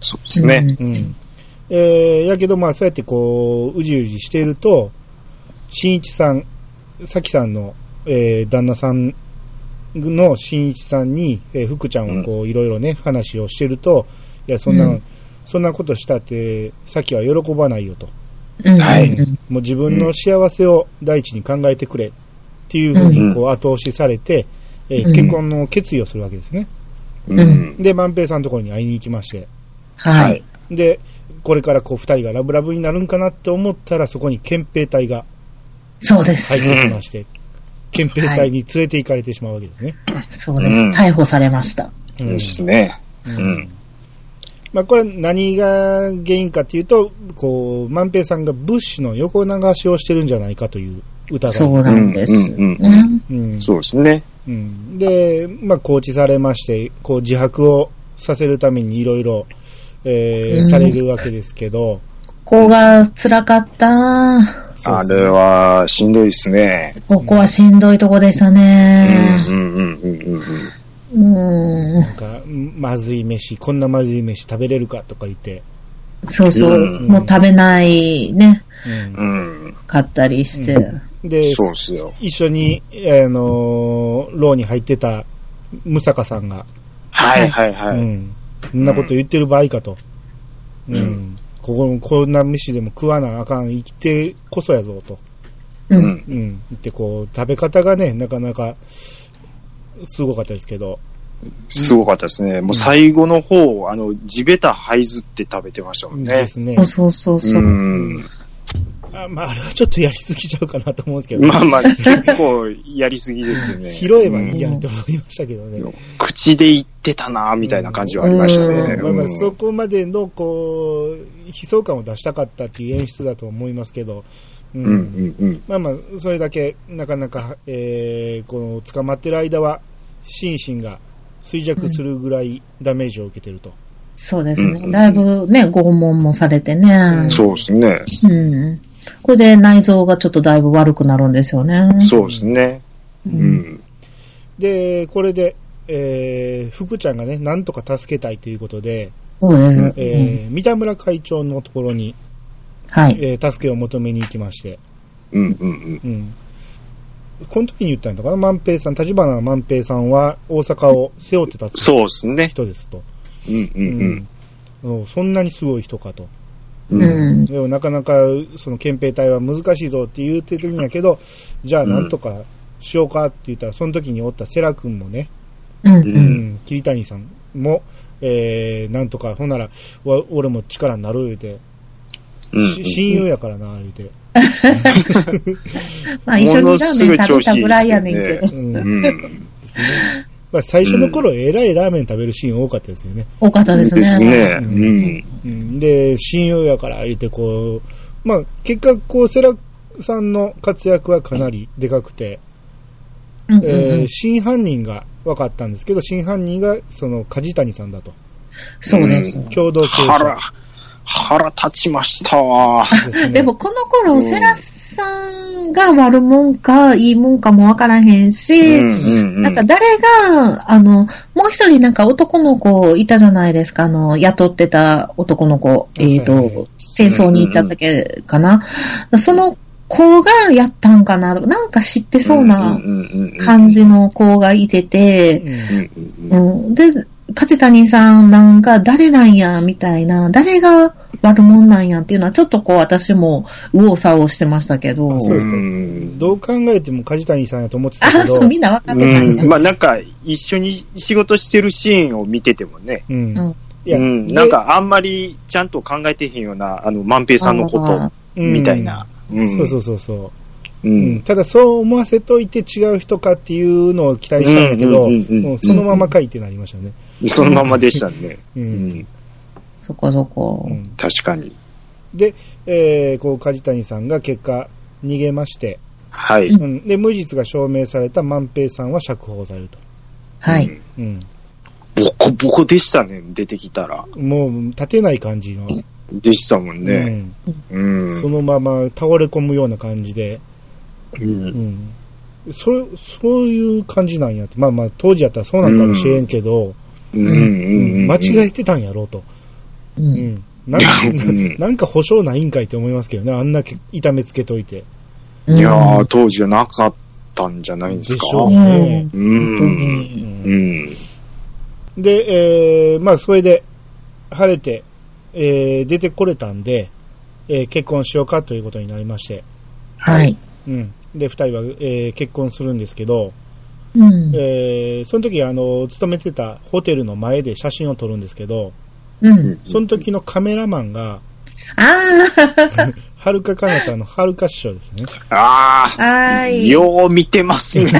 B: そうですね。
A: うん。えーやけど、まあ、そうやってこう、うじうじしていると、新一さん、さきさんの、えー旦那さんの新一さんに、えー福ちゃんはこう、いろいろね、話をしてると、いや、そんな、
C: うん
A: そんなことしたって、さきは喜ばないよと。
C: うん。
B: はい
C: うん
A: もう自分の幸せを第一に考えてくれっていうふうに、こう、後押しされて、えー
C: うん
A: 結婚の決意をするわけですね。
B: うん。
C: うん
A: で、万平さんのところに会いに行きまして、
C: は
B: はいい。。
A: で、これからこう二人がラブラブになるんかなって思ったら、そこに憲兵隊が
C: そうです
A: 入っ。てきまして、憲兵隊に連れて行かれてしまうわけですね。
C: そうで
B: うん
C: す。逮捕されました。
A: うん
B: ですね。うん。
A: まあこれは何が原因かっていうと、こう、万平さんがブッシュの横流しをしてるんじゃないかという疑い
C: そう
A: が。
C: なんです。
B: うんうん
C: ね
A: うん
B: そうですね。
A: うんで、まあ、拘置されまして、こう、自白をさせるためにいろいろ、えー
C: うん
A: されるわけですけど、
C: ここが辛かった。
A: そう
B: あ
A: ですね
B: れは、しんどいですね。
C: ここはしんどいとこでした
B: うん
C: ね。
B: うんうんうんうん
C: うん。
A: なんか、まずい飯、こんなまずい飯食べれるかとか言って、
C: そうそうう。
A: ん
C: もう食べないね、
A: うん
B: うん。うん。
C: 買ったりして。
A: うで、
B: そうですよ。
A: 一緒に、あのー、牢に入ってた、ムサカさんが、
B: はいはいは
A: う
B: い。
A: ん。そんなこと言ってる場合かと。うん。
B: うん
A: ここ、こんな飯でも食わなあかん、生きてこそやぞ、と。
C: う。
B: うんん。
A: うん。で、こう、食べ方がね、なかなか、すごかったですけど。
B: すごかったですね。もう最後の方、あの、地べた灰ずって食べてましたもん
A: で
B: ね。
A: すね
C: そ。うそうそうそうう。
B: ん。
A: あまあ、あれはちょっとやりすぎちゃうかなと思うんですけど、
B: まあまあ、結構やりすぎで
A: [laughs]
B: すよね。
A: 拾えばいいやんって思いましたけどね。
B: うん口で言ってたな、みたいな感じはありましたね。
C: うん
A: まあまあ、そ
B: うん
A: こまでの、こう、悲壮感を出したかったっていう演出だと思いますけど、う
B: うんうんうん。
A: まあまあ、それだけ、なかなか、えー、この、捕まってる間は、心身が衰弱するぐらいダメージを受けてると。
C: そうです
B: うんうんう
C: ね。
B: ん
C: だいぶね、拷問もされてね。
B: そうですね。
C: うん。これで内臓がちょっとだいぶ悪くなるんですよね。
B: そうですね。う。
C: うん
A: で、これで、えー、福ちゃんがね、なんとか助けたいということで、
C: そうです。うん
A: えー、三田村会長のところに、
C: はい。
A: えー、助けを求めに行きまして、
B: うんうんうん。
A: うん。この時に言ったんだから、万平さん、立花万平さんは大阪を背負って立つ
B: そうですね。
A: 人ですと。
B: うんうん
A: うんそんなにすごい人かと。
B: うん。
C: う
B: うん
C: ん。
A: でもなかなか、その憲兵隊は難しいぞって言ってるんやけど、じゃあなんとかしようかって言ったら、その時におったセラ君もね、
C: うん。
B: う
A: うんん、桐谷さんも、えー、なんとか、ほんなら、わ俺も力になる言うて、
B: うん
A: し親友やからな、言うて。
C: まあ一緒にラーメン食べたぐらいやねんけど、
A: うん
B: うん。
A: ですね。まあ、最初の頃、えらいラーメン食べるシーン多かったですよね。
C: 多かったですね。
B: です
A: う
B: ね。うんん。
A: うん、で、親友やから、言うて、こう、まあ、結果、こう、セラさんの活躍はかなりでかくて、
C: うんうんう
A: えー
C: ん。
A: 真犯人が分かったんですけど、真犯人が、その、梶谷さんだと。
C: そうです。
A: 共同経
B: 腹
A: 営、
B: 腹立ちましたわ。
A: 者ですね。
C: でもこの頃、
B: うん
C: セラスさんが悪もんか、いいもんかもわからへんし、
B: うん
C: なんか誰が、あの、もう一人なんか男の子いたじゃないですか、あの、雇ってた男の子、えっ、と、
A: はいはい
C: 戦争に行っちゃったけ、かな。その子がやったんかな、なんか知ってそうな感じの子がいてて、
A: うん
B: じ。
C: うん、で、梶谷さんなんか誰なんや、みたいな、誰が悪者なんやっていうのは、ちょっとこう、私も右往左往してましたけど
A: あ、そうですか
B: うん
A: どう考えても梶谷さんやと思ってたけ
B: [laughs]
C: あ、
A: ど、
C: そう、みんな分かってたん
B: う
C: や
B: ん。まあなんか、一緒に仕事してるシーンを見ててもね、
A: うん
C: うん
A: いや、
B: うん、
A: で
B: なん、かあんまりちゃんと考えてへんような、あの、万平さんのこと、
A: うん
B: みたいな。。うん
A: そうそうそうそう。
B: う
A: うん
B: ん。
A: ただそう思わせといて違う人かっていうのを期待したんだけど、
B: うんうんうんうん
A: もうそのまま書いてなりましたね。
B: そのままでしたね。
A: う。
B: うんん。
C: そこそこ
A: う。ん
B: 確かに。
A: で、えー、こう、梶谷さんが結果逃げまして、
B: は
C: う
B: い。
A: うん、で、無実が証明された万平さんは釈放されると。
C: はい。。
A: うん。
B: ボコボコでしたね、出てきたら。
A: もう立てない感じの、
B: でしたもんね。
A: う
B: う
A: ん、
B: ん。
A: そのまま倒れ込むような感じで、
B: う
A: うんん。それ、そういう感じなんやって。まあまあ、当時やったらそうなんかもしれんけど、
B: うん
A: うん
B: うん。
A: 間違えてたんやろうと。
C: う。
A: うんん。なんか、
B: う
A: なん [laughs] なんか保証ないんかいって思いますけどね。あんなけ痛めつけといて。
C: うん
B: いやー、当時はなかったんじゃないんですか
A: で。しょう
C: うん
A: ね。
B: う
C: うん
B: ん。
A: うん
B: うん。
A: で、えー、まあ、それで、晴れて、えー、出てこれたんで、えー、結婚しようかということになりまして。
C: はい。
A: うん。で、二人は、えー、結婚するんですけど、
C: うん。
A: えー、その時、あの、勤めてたホテルの前で写真を撮るんですけど、
C: うん。
A: その時のカメラマンが、
C: あ
A: はるかかなたのはるか師匠ですね。
B: あ
C: あ、は
B: あ、
C: い。
B: よう見てますね。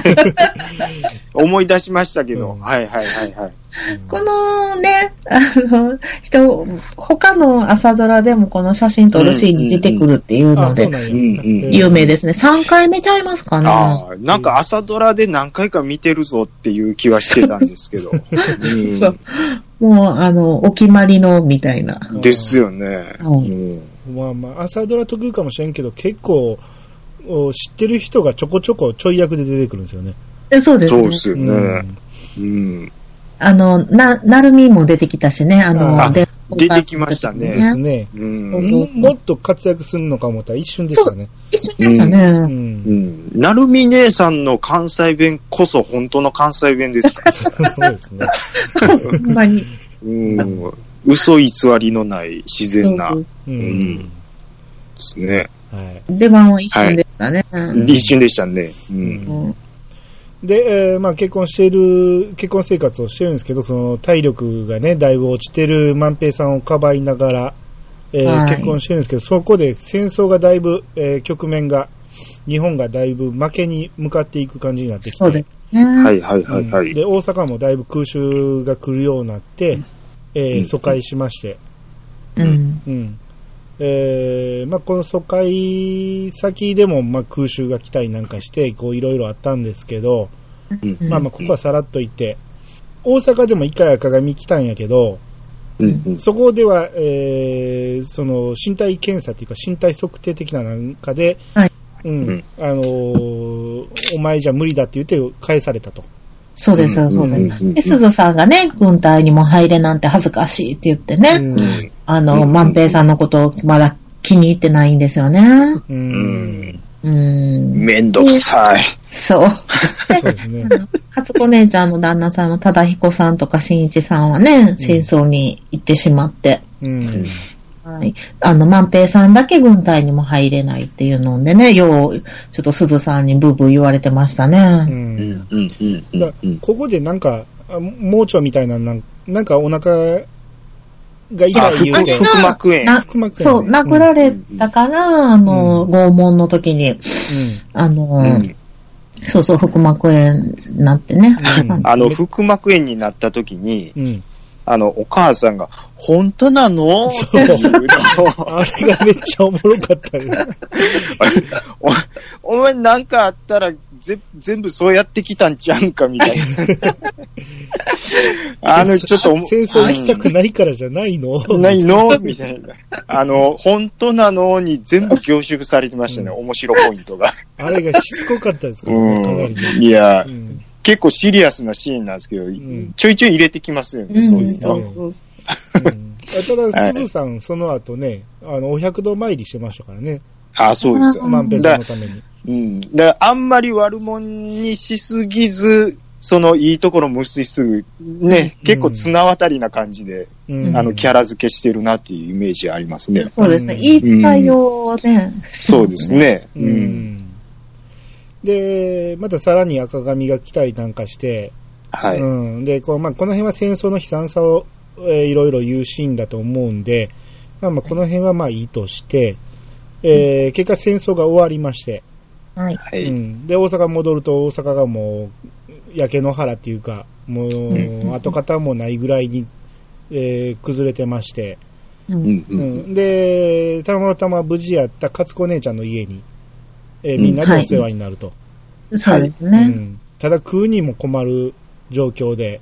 B: 思い出しましたけど。
A: うん
B: はいはいはいはい。
C: [laughs] このね、あの、人、他の朝ドラでもこの写真撮るシーンに出てくるっていう
A: あ、
C: の
A: そう
C: で、
A: なんや。
B: うんうん
C: 有名ですね。3回目ちゃいますかね。
B: ああ、なんか朝ドラで何回か見てるぞっていう気はしてたんですけど。うん
C: そう。もう、あの、お決まりの、みたいな。
B: ですよね。
C: はい
B: うん
A: まあまあ、朝ドラ特有かもしれんけど、結構、お知ってる人がちょこちょこちょい役で出てくるんですよね。
C: えそうです
B: そう
C: ね
B: で。すよ
A: う
B: ね。
A: ん
B: うん。
C: あの、な、なるみも出てきたしね、あの、
A: あ
C: で
B: 出てきましたね
A: ですね。
B: うん
C: そうそうそう
A: もっと活躍するのか思ったら一瞬でしたね。
C: 一緒にいました
A: う
C: ね。
A: ん。
B: うん。なるみ姉さんの関西弁こそ本当の関西弁です
A: [laughs]
B: から。
A: そうですね。
C: ほんまに。
B: うん。嘘偽りのない自然な
C: う
B: うんんですね。
A: はい。
C: 出番は一瞬でしたね。
B: 一瞬でしたね。う。
C: うんん
A: で、えーまあ結婚している、結婚生活をしてるんですけど、その体力がね、だいぶ落ちてる万平さんをかばいながら、えー
C: はい
A: 結婚してるんですけど、そこで戦争がだいぶ、えー局面が、日本がだいぶ負けに向かっていく感じになってきて、
C: そうですね。
B: は
C: はい。
B: いはいはいは
A: うん
B: い。
A: で、大阪もだいぶ空襲が来るようになって、えー
B: うん
A: 疎開しまして、
C: うん。
A: うん。えーまあ、この疎開先でも、まあ、空襲が来たりなんかして、こう、いろいろあったんですけど、
B: うん
C: うん
A: まあまあ、ここはさらっと言って、大阪でも一回赤髪来たんやけど、
B: うんうん
A: そこでは、えーその、身体検査というか、身体測定的ななんかで、
C: はい
A: うん、
B: うん
A: あのーお前じゃ無理だって言って返されたと。
C: そうです、そう
A: うん
C: で
B: うん
C: す。で、鈴さんがね、軍隊にも入れなんて恥ずかしいって言ってね、
A: うん
B: うん
C: あ
B: う
C: の、
B: ん
C: 万平さんのことをまだ気に入ってないんですよね。
A: う
B: うんん。。
C: うん。
B: めんどくさい。 [laughs]
C: そう。
A: そうですね。
C: かつこ姉ちゃんの旦那さんの忠彦さんとか新一さんはね、戦争に行ってしまって、
A: うん。
C: はい。あの、万平さんだけ軍隊にも入れないっていうのでね、よう、ちょっと鈴さんにブーブー言われてました
A: う。
C: ね。
B: うんんうんうんう
A: だ
B: んうん。
A: ここでなんか、あ盲腸みたいな、なんなんかお腹が
B: あ、
A: 痛い
B: 腹
A: 言うて、
B: 腹膜炎。
C: な
A: 腹膜
C: そ
A: 炎
C: う、
A: ね
C: 殴られたから、あの、
A: う
C: 拷問の時
A: う
C: に、
A: ん
C: あの、
B: うん
C: そうそう、腹膜炎になってね。 [laughs]
A: うん
C: あの
B: あの、腹膜炎になった時に、
A: うん。
B: あの、お母さんが、本当なのっていうのを
A: あれがめっちゃおもろかったね。
B: [laughs] おお前なんかあったら、ぜ、全部そうやってきたんちゃうんか、みたい [laughs] な。あの、ちょっと、
A: 戦争行きたくないからじゃないの
B: うんないのみたいな。あの、本当なのに全部凝縮されてましたね、面白ポイントが。
A: あれがしつこかったですからね、かな
B: う
A: り
B: ん。
A: ね。
B: いや
A: う、ん
B: 結構シリアスなシーンなんですけど、
A: ん
B: ちょいちょい入れてきますよ
C: う
B: ね、
C: ん
B: そういう
C: そ
B: の
C: う。そうそ
A: うんただ、すずさん、その後ね、あの、お百度参りしてましたからね。
B: あ、そうですよ。
A: 万平さんのために。
B: うん。だから、あんまり悪者にしすぎず、そのいいところ無視しすぐ、ね、結構綱渡りな感じで、
A: うん
B: あの、キャラ付けしてるなっていうイメージありますね
C: う。。そうですね。
A: うん
C: 言い伝えようね。
B: そうですね。
A: う。ん。で、またさらに赤髪が来たりなんかして、
B: はい。
A: うん。で、こう、まあ、この辺は戦争の悲惨さを、えーいろいろ言うシーンだと思うんで、まあ、まあ、この辺はまあいいとして、えー結果戦争が終わりまして、
C: はい。
B: は
A: う
B: い。
A: ん。で、大阪戻ると大阪がもう、焼け野原っていうか、も
B: う
A: う、跡形もないぐらいに、えー崩れてまして、
C: う。
B: うんんう。
A: うんん。で、たまたま無事やった勝子姉ちゃんの家に、えーみんなでお世話になると。
C: そうです
A: う
C: ね。
A: ん。ただ食うにも困る状況で、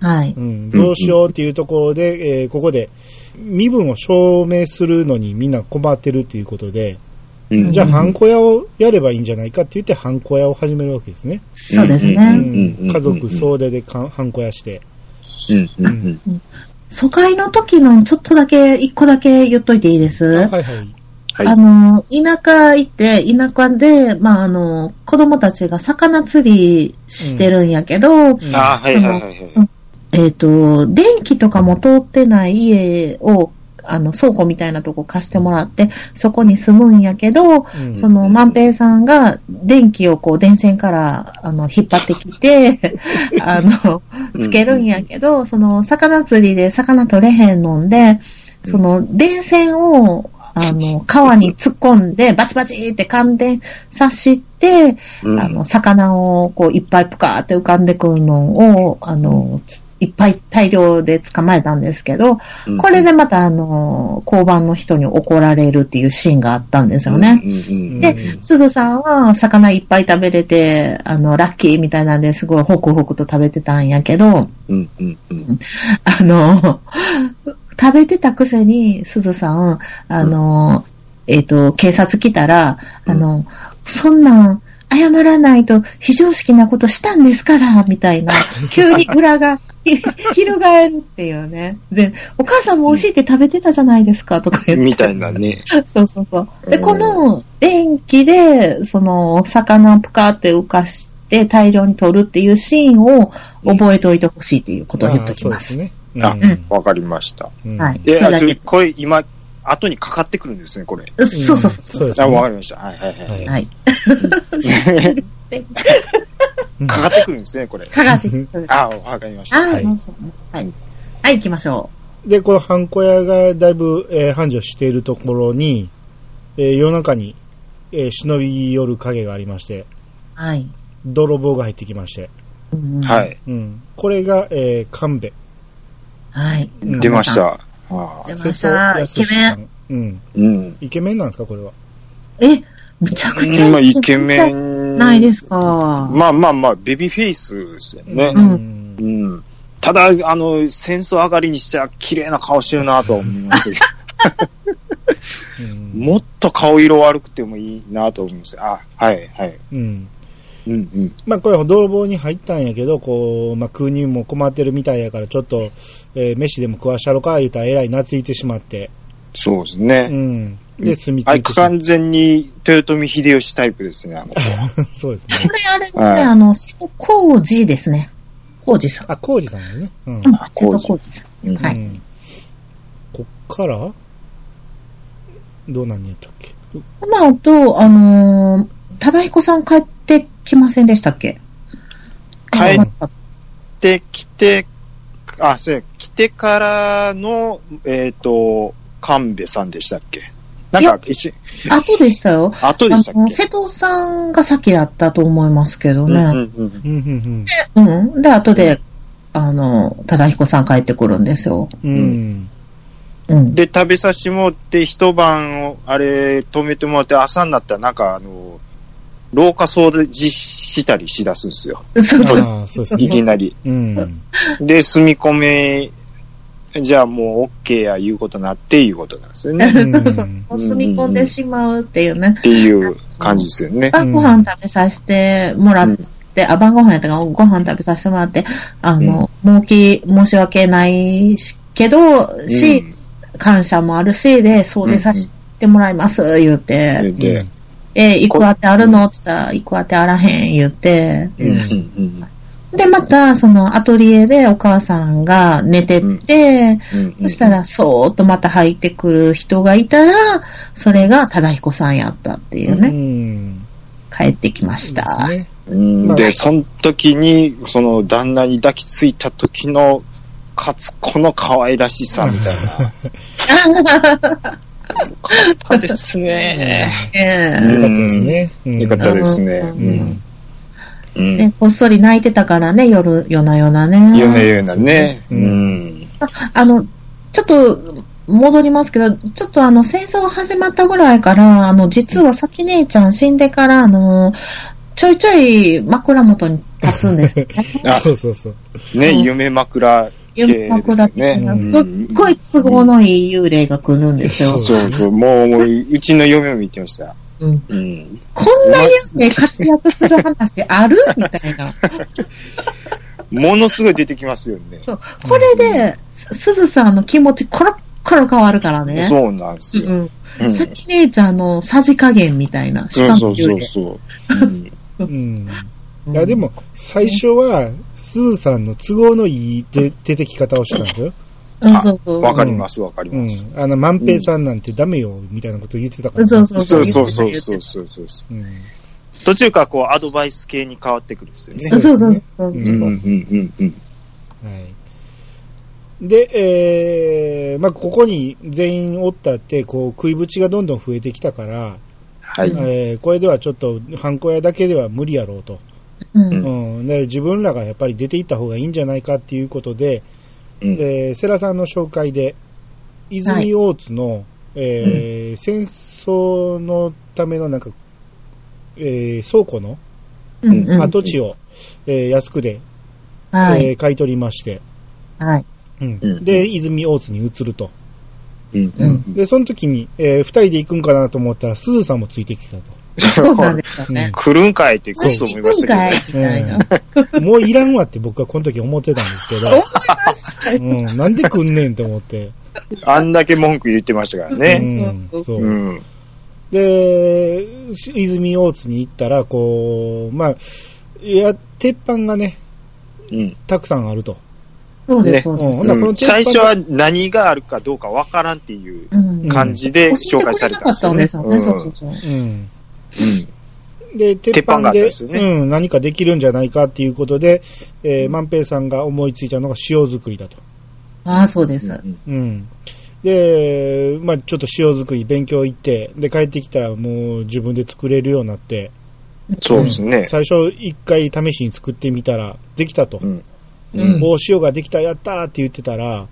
C: はい。
A: うん、どうしようっていうところで、えーここで身分を証明するのにみんな困ってるということで、
B: うん
A: じゃあ、ハンコ屋をやればいいんじゃないかって言って、ハンコ屋を始めるわけですね。
C: そうです
B: う
A: うん
C: ね。
A: ん家族総出でかハンコ屋して。
B: うんうんうん。
C: 疎開の時のちょっとだけ、一個だけ言っといていいです。
A: はいはい。
B: はい
C: あ。の、田舎行って、田舎で、まあ、あの、子供たちが魚釣りしてるんやけど、
A: うん
B: あーはいはいはいはい。
C: えっ、と、電気とかも通ってない家を、あの、倉庫みたいなとこ貸してもらって、そこに住むんやけど、
A: うん
C: その、万平さんが電気をこう、電線から、あの、引っ張ってきて、
A: [laughs]
C: あの、つけるんやけど、その、魚釣りで魚取れへんのんで、その、電線を、あの、川に突っ込んで、バチバチって感電さして、
B: うん
C: あの、魚を、こう、いっぱいぷかーって浮かんでくるのを、あの、ついっぱい大量で捕まえたんですけど、これでまた、あの、交番の人に怒られるっていうシーンがあったんですよね。
B: うんうんうん
A: うん
C: で、すずさんは魚いっぱい食べれて、あの、ラッキーみたいなんですごいホクホクと食べてたんやけど、
B: うんうんうん
C: あの、食べてたくせに、すずさん、あの、えっ、と、警察来たら、あの、そんなん、謝らないと非常識なことしたんですから、みたい [laughs] な、急に裏が、ひ翻るっていうね。で、お母さんも美味しいって食べてたじゃないですか、とか言って。
B: みたいなね。
C: そうそうそう。で、
B: うん
C: この電気で、その、魚ぷかって浮かして大量に取るっていうシーンを覚えておいてほしいっていうことを言っときます。
A: あーそうですね。
B: あ
A: うん
B: わかりました。
A: うん
C: はい
B: え、
C: それ
B: あ
C: だ
B: ち
C: け
B: ょこれ今、後にかかってくるんですね、これ。
C: うそうそう
A: そ
C: そうう。
A: ですね
B: あ、わかりました。はいはいは。
A: はいい。
C: はい。
B: かかってくるんですね、これ。
C: かがってくる。
B: あ、わかりました。
C: あ
A: は
C: あ、
A: い
C: もうそうね。はい。はい、行きましょ
A: で、このハンコ屋がだいぶ、えー繁盛しているところに、えー夜中に、えー忍び寄る影がありまして、
C: う。はい。
A: 泥棒が入ってきまして、
C: うんうん
B: は。い。
A: うん。これが、えー、神戸。
C: はい。
A: うん
B: 出まし。た。あー
C: 出ました
A: 瀬戸康史さんうん。
B: うん。
A: イケメンなんですか、これは。
C: え、むちゃくちゃ。
B: まあ、イケメ。ン。
C: ないですか。
B: まあまあまあ、ベビーフェイスですよね。
A: う
C: うん
A: ん
B: う。ん。ただ、あの、戦争上がりにしては綺麗な顔してるなとは思いますけど、
A: うん
B: もっと顔色悪くてもいいなと思います。あ、はい、はい。
A: うん。
B: うんうん。
A: まあ、これ、泥棒に入ったんやけど、こう、まあ、食うにも困ってるみたいやから、ちょっと、えー飯でも食わしたろか、言うたら、えらい懐いてしまって、
B: そうです
A: う
B: ね。
A: ん。で、住み着
B: あ
A: い
B: れ、
A: てしまっ
B: 完全に豊臣秀吉タイプですね、あの子
A: た。 [laughs] そうですね。
C: これあれね、
B: はい
C: あの、瀬戸康二ですね。康二さん。
A: あ、コウジさんですね。うん。
C: うん、
B: あ
C: 瀬戸
B: 康二
C: 康二さ
B: うん
C: ん。は
A: う
C: い。
A: んこっから、どうなんやったっけ
C: この後、あのー、忠彦さん帰ってきませんでしたっけ
B: 帰ってきて、あ、そうや来てからの、えっ、と、神戸さんでしたっけなんか、一緒、
C: 後でしたよ。
B: 後
C: あ
B: でしたっ
C: の、
B: け
C: 瀬戸さんが先だったと思いますけど
B: うんうん
C: ね。
B: うん。
A: うん、うん、
C: うん、で、後で、あの、忠彦さん帰ってくるんですよ。
A: うん。うん。
C: うん。
B: で、食べさせてもらって、一晩を、あれ、止めてもらって、朝になったら、なんか、あの、廊下掃除したりしだすんです
C: [laughs]
B: よ。
C: [laughs] そうそう。
A: ああ、そうです
B: いき
A: ね。
B: なり。
A: うん。
B: で、住み込め、じゃあもう OK や、いうことになって、いうことなんですよ
C: [laughs]
B: ね。
A: ん
C: そうそう。もう住み込んでしまうっていうね。
B: っていう感じですよね。
C: 晩ご飯食べさせてもらって、あ、晩ご飯やったからご飯食べさせてもらって、あの、儲け、申し訳ないしけど、し、感謝もあるし、で、掃除させてもらいます、言う
B: うん
C: て、
B: で、
C: え、行くあてあるのって言ったら、行くあてあらへん、言って、
A: うん
B: うんうん
C: で、また、その、アトリエでお母さんが寝てて、
B: うん
C: そした、ら、そーっとまた入ってくる人がいたら、それが忠彦さんやったっていう
A: う
C: ね、
A: ん。
C: 帰ってきました。
A: ですね。
B: うんで、その時に、その旦那に抱きついた時の、かつこの可愛らしさみたいな。よかったですね。
C: え
B: うん
A: よかったですね。うん
B: よかったですね。
C: う
A: う
B: うん
A: ん。
B: う
C: え
B: ん。
C: ねこっそり泣いてたからね、夜、夜な
B: よう
C: 夜な
B: な
C: ね。
B: ようなね。
A: う
B: うんん。
C: あの、ちょっと、戻りますけど、ちょっとあの、戦争始まったぐらいから、あの、実は咲姉ちゃん死んでから、あの、ちょいちょい枕元に立つんですよね。
B: あ
A: そうそうそう。
B: ね、
C: うん
B: 夢枕系で
C: 夢
B: す
C: 枕
B: よ
C: っていうの
B: ね
C: は。すっごい都合のいい幽霊が来るんですよ
A: そ。
B: そうそう。もう、もう、うちの嫁を見てました。
C: うん
B: うん。
C: こんな幽霊活躍する話あるみたいな。
B: ものすごい出てきますよね。
C: そう。これで、すすずさんの気持ち、コロッコロ変わるからね。
B: そうなんです
C: う
B: よ。
C: ん。
B: うん
C: さき姉ちゃんのさじ加減みたいな。し
B: そう
C: か
B: そ
C: も
B: う
C: 幽
B: そう
C: 霊。
B: そう。うん
A: うん。いや、でも、最初は、すずさんの都合のいいで出てき方をしてたんですよ。
C: うん、
B: あ
C: そうそう。
B: わかります、わかり
A: う
B: ま
A: ん
B: す。。
A: あの、万平さんなんてダメよ、みたいなこと言ってたから。
C: そうそう
B: そうそうそう
C: 言って
B: そ
C: た
B: うそうそうそう。
A: うん。
B: 途中からこう、アドバイス系に変わってくるんですよね。
C: そうそうそうそう。
A: う
B: うんうんうんうん。
A: はい。で、えー、まあ、ここに全員おったって、こう、食いぶちがどんどん増えてきたから、
B: はい。
A: えーこれではちょっと、ハンコ屋だけでは無理やろうと。
C: うん
B: うん
A: うん。で、自分らがやっぱり出ていった方がいいんじゃないかっていうことで、
B: うん
A: えーセラさんの紹介で、泉大津の、えー戦争のためのなんか、えー倉庫の
C: うんうん。
A: 跡地を、えー安くで、
C: は
A: え
C: い。
A: ー買い取りまして、
C: はい。
A: うん
B: うん
A: で、泉大津に移ると。
B: うん
C: う
B: うんん。
A: で、その時に、えー二人で行くんかなと思ったら、すずさんもついてきたと。
C: そうなんですよね。
B: 来るんかいってくっそ思いましたけど
C: い
B: ね。
C: みたいな。思い
A: うんもういらんわって僕はこの時思ってたんですけ
C: [laughs]
A: ど、
C: ましたよ。
A: うん、なんで来んねんと思って。
B: あんだけ文句言ってましたからね。
A: うん、そうう。
B: ん。
A: で、し泉大津に行ったら、こう、まあ、いや、鉄板がね、
B: うん。
A: たくさんあると。、
C: そうです、そううんです。
A: ほんならこの鉄板
B: 最初は何があるかどうかわからんっていう
C: うんうん
B: 感じで紹介された
C: 教えてくれなかったんですよね、
B: うん
C: そうそうそう。
A: うん。
B: うん。
A: で、鉄
B: 板が
A: 板
B: あったん
A: で
B: ですよね
A: うん、何かできるんじゃないかっていうことで、えー、万平さんが思いついたのが塩作りだと。
C: ああ、そ
B: [laughs]
C: うです。
A: うん。で、まあちょっと塩作り勉強行って、で、帰ってきたらもう自分で作れるようになって、
B: そうですね。
A: 最初一回試しに作ってみたら、できたと。
B: うん。
C: う
B: うんん。
A: お塩ができた、やったーって言ってたら、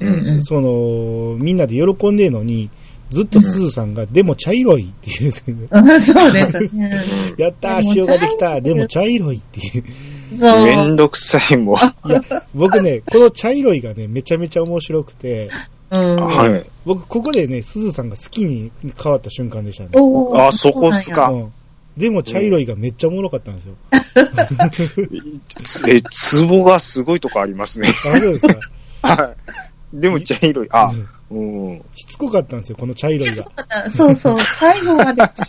B: う
C: うん
B: ん。
C: うん
A: その、みんなで喜んでえのに、ずっとすずさんが、でも茶色いって言うんですよね
C: そうですね。
A: やったー
C: でも
A: 塩
C: 茶色い
A: ができたでも茶色いっていう。
C: そう。
B: めんどくさいもん。
A: いや、僕ね、この茶色いがね、めちゃめちゃ面白くて、
C: うん。
B: はい。
A: 僕、ここでね、すずさんが好きに変わった瞬間でしたね。
C: おー
B: あそこっすかあ
A: うんでも茶色いがめっちゃおもろかったんですよ。
B: つえ、ツボがすごいとこあ
A: [laughs]
B: りますね。
A: あ、そうですか。
B: はい。でも茶色い。あ、うん。
A: しつこかったんですよ、この茶色いが。
C: そう
B: [laughs]
C: そう。最後まで茶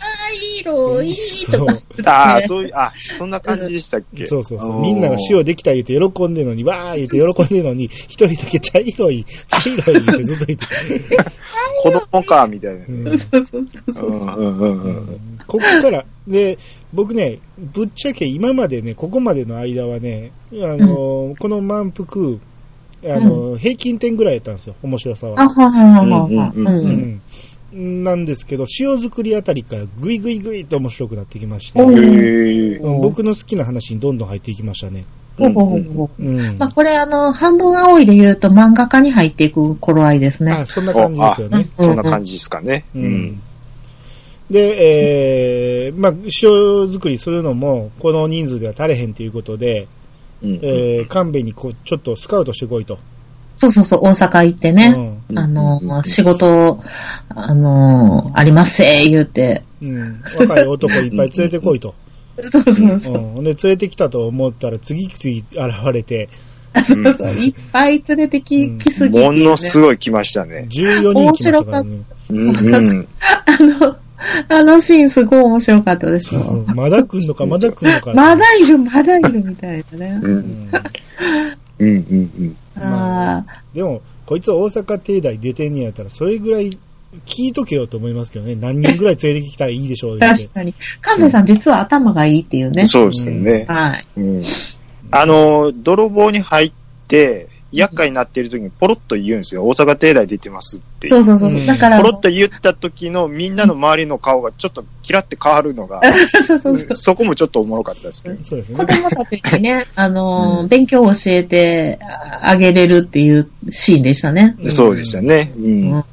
C: 色いとか。
B: ああ、そういう、あ、そんな感じでしたっけ
A: そうそうそう。みんなが塩できた言うて喜んでるのに、わー言うて喜んでるのに、一人だけ茶色い、茶色いってずっと言って。
B: 子供か、みたいな
A: う。ん
C: そうそうそう
B: う
C: そ
B: ん
C: う。
B: うんうんうん。
A: ここから、で、僕ね、ぶっちゃけ今までね、ここまでの間はね、あの、この満腹、あの、平均点ぐらいやったんですよ、面白さ
C: あ、
A: は。
C: はいはいはいはい。
B: うんうんう
A: うんん。なんですけど、塩作りあたりからぐいぐいぐいと面白くなってきまして、
C: おう
B: へえ。
A: うん僕の好きな話にどんどん入っていきましたね。
C: ほうほうほうほう
A: うん
C: まあ、。これ、あの、半分青いで言うと漫画家に入っていく頃合いですね。
A: あ、そんな感じですよね。
B: そんな感じですかね。う
A: うん
B: ん。。
A: で、えー、まあ、塩作りするのも、この人数では足れへんということで、
B: うん。
A: えー、神戸にこう、ちょっとスカウトしてこいと。
C: そうそうそう、大阪行って
A: う
C: ね。
A: ん
B: うん
C: あ
B: うんうんう
C: の、
B: ん
C: 仕事、あの、ありますせ、言うて。
A: うん、若い男いっぱい連れてこいと。
C: そう [laughs] そう
A: う
C: そ
A: ん
C: う。、
A: ほんで、連れてきたと思ったら、次々現れて、
B: うん
C: そういっぱい連れてき、
A: うん
C: きすぎて、ね。
B: ものすごい来ましたね。
A: 14人来ましたからね。
B: うんうん。
C: あの、あのシーンすごい面白かったです
A: そうそう
C: よ。
A: まだ来んの
C: [laughs]
A: か、まだ来んのか。
C: まだいる、まだいるみたいなね
B: う。
A: うんん
B: うんうん
A: ま
C: あ
A: でも、こいつは大阪帝大出てんねやったら、それぐらい聞いとけよと思いますけどね。何人ぐらい連れてきたらいいでしょう
C: あ、
A: 言う
C: 確
A: て
C: かに。神戸さん実は頭がいいっていう
B: う
C: ね
B: ん。。そうですね。
C: はい。
B: うん。あの、泥棒に入って、厄介になっている時にポロッと言うんですよ。大阪帝大出てますって。
C: そうそうそう
A: う
C: そ
A: ん
C: う。だから、
B: ポロッと言った時のみんなの周りの顔がちょっとキラって変わるのが、
C: [laughs] そうそうそう。
B: そこもちょっとおもろかったですね。
A: そうです
C: 子
A: ね。
C: 供たちにね、あのー、勉強を教えてあげれるっていうシーンでしたね。
A: ん
B: そうでした。ね。うん。
C: うん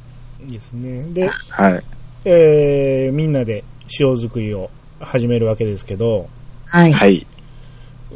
A: いいですね。で、
B: はい。
A: えー、みんなで塩作りを始めるわけですけど、
C: はい。
B: はい。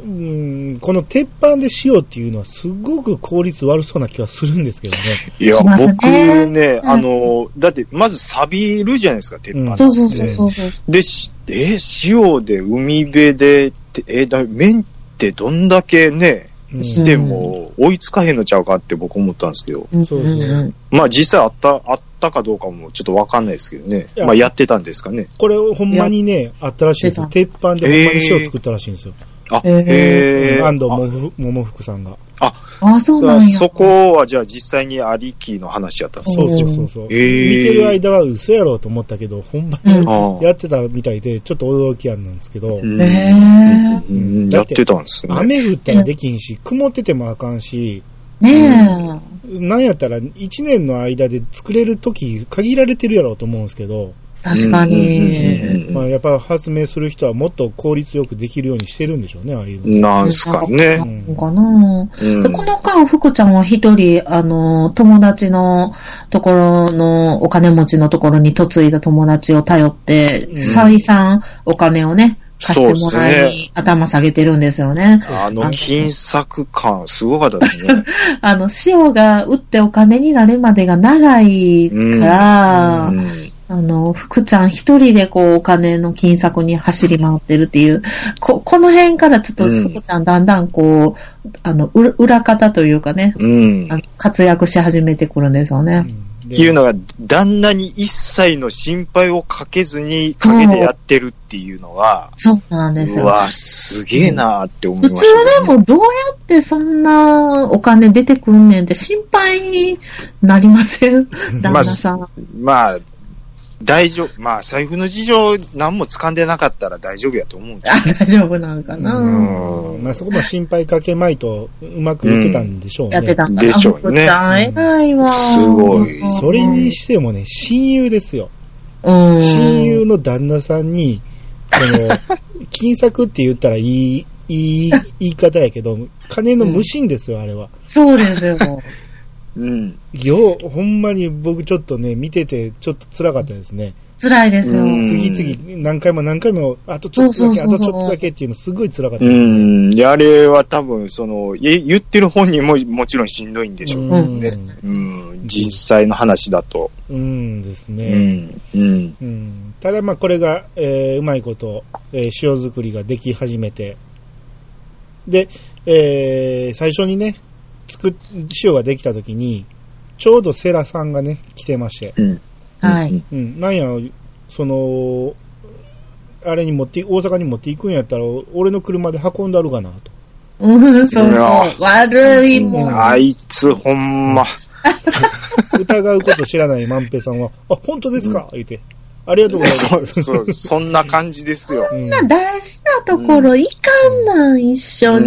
A: うんこの鉄板でしようっていうのはすごく効率悪そうな気がするんですけどね。
B: いや、
C: しますね
B: 僕ね、あの、だって、まず錆びるじゃないですか、鉄板。
C: そうそうそうそうそう。
B: で、しえ、塩で、海辺で、てえ、だ、麺ってどんだけね、
A: うん
B: しても、追いつかへんのちゃうかって僕思ったんですけど。
C: うん
A: そうそう
C: うん
B: まあ、実際あった、あったかどうかもちょっとわかんないですけどね
A: いや。
B: まあ、やってたんですかね。
A: これほんまにね、あったらしいんですよ。鉄板でほんまに塩作ったらしいんですよ。
B: あ、
C: へー
B: へえ。
A: 安藤もふ桃福さんが。
C: ああ、そう
B: そ
C: なんや。
B: そこはじゃあ実際にありきの話やったんです
A: そ
B: か
A: うそうそうそう。見
B: へー
A: てる間は嘘やろうと思ったけど、ほんまに
C: うん
B: ああ
A: やってたみたいで、ちょっと驚きやんなんですけど
B: う、ん
C: へえ。
B: うん
A: だ
B: や
A: っ
B: っててたんですね。
A: 雨降ったらできんし、曇っててもあかんし、
C: ね
A: なんやったら1年の間で作れる時限られてるやろうと思うんですけど、
C: え。確か
B: うん
C: に。
B: うん
A: まあ、やっぱ発明する人はもっと効率よくできるようにしてるんでしょうね、ああいう
B: う
A: の。
B: んなんすか
C: な
B: ね。
C: んかな
B: うん
C: でこの間、福ちゃんは一人、あの、友達のところの、お金持ちのところに嫁いだ友達を頼って、
A: ん
C: 再三お金をね、貸してもら
B: そう
C: い
B: っす
C: に頭下げてるんですよね。
B: あの金作感、すごかったですね。
C: あの、塩が打ってお金になるまでが長いから、
B: うん
C: あの、福ちゃん一人でこう、お金の金策に走り回ってるっていう、こ、この辺からちょっと
B: うん
C: 福ちゃんだんだんこう、あの、裏裏方というかね、
B: うん
C: あの活躍し始めてくるんですよね。
A: うん
B: いうのが、旦那に一切の心配をかけずに、陰でやってるっていうのが、
C: そうなんです
B: う
C: よ。
B: わ、すげえなーって思い
C: 普
B: ま
C: 通
B: した、ね。
C: でもどうやってそんなお金出てくんねんって心配になりま
B: [laughs]
C: せん旦那さん。
B: まあ、大丈夫。まあ、財布の事情何も掴んでなかったら大丈夫やと思うんです
C: あ大丈夫なんかな、
B: うん
A: まあそこも心配かけまいと、うまくいってたんでしょうね。
C: やってたんだ
B: でしょうね
C: 偉いわ。
B: すごい
A: それにしてもね、親友ですよ。
C: うん、
A: 親友の旦那さんに、その、 [laughs] 金策って言ったらいい、いい言い方やけど、金の無心ですよ、あれは。
C: そうですよ。
B: うん。
A: よう、ほんまに僕ちょっとね、見ててちょっと辛かったですね。
C: 辛いですよ。
B: うん
A: 次々何回も何回も、あとちょっとだけ、
C: そ
A: あ
C: うそうそうそう
A: とちょっとだけっていうのすごい辛かった
B: う
A: ですね。
B: ん。であれは多分、その、え言ってる本人ももちろんしんどいんでしょう。
A: うん
B: ねうん。実際の話だと。
A: うんです
B: う
A: ね。
B: ん。うん。
A: うん、ただまあこれが、えーうまいこと、えー塩作りができ始めて、で、えー最初にね、作っ、塩ができた時に、ちょうどセラさんがね、来てまして、
B: うん。 [laughs]
C: はい。
A: うん、なんや、その、あれに持って、大阪に持っていくんやったら、俺の車で運んだるかなと。
C: うん、そ
B: い
C: うそう
B: や。
C: 悪い
B: うん。
C: もん。
B: あいつ、ほんま。
A: 疑うこと知らない万平さんは、あ、本当ですか、言うて、ありがとうござい
B: [laughs] そう、
A: ます。
B: そう、そんな感じですよ。
A: うん
C: そんな大事なところいかんなん、一緒
B: うん
A: っ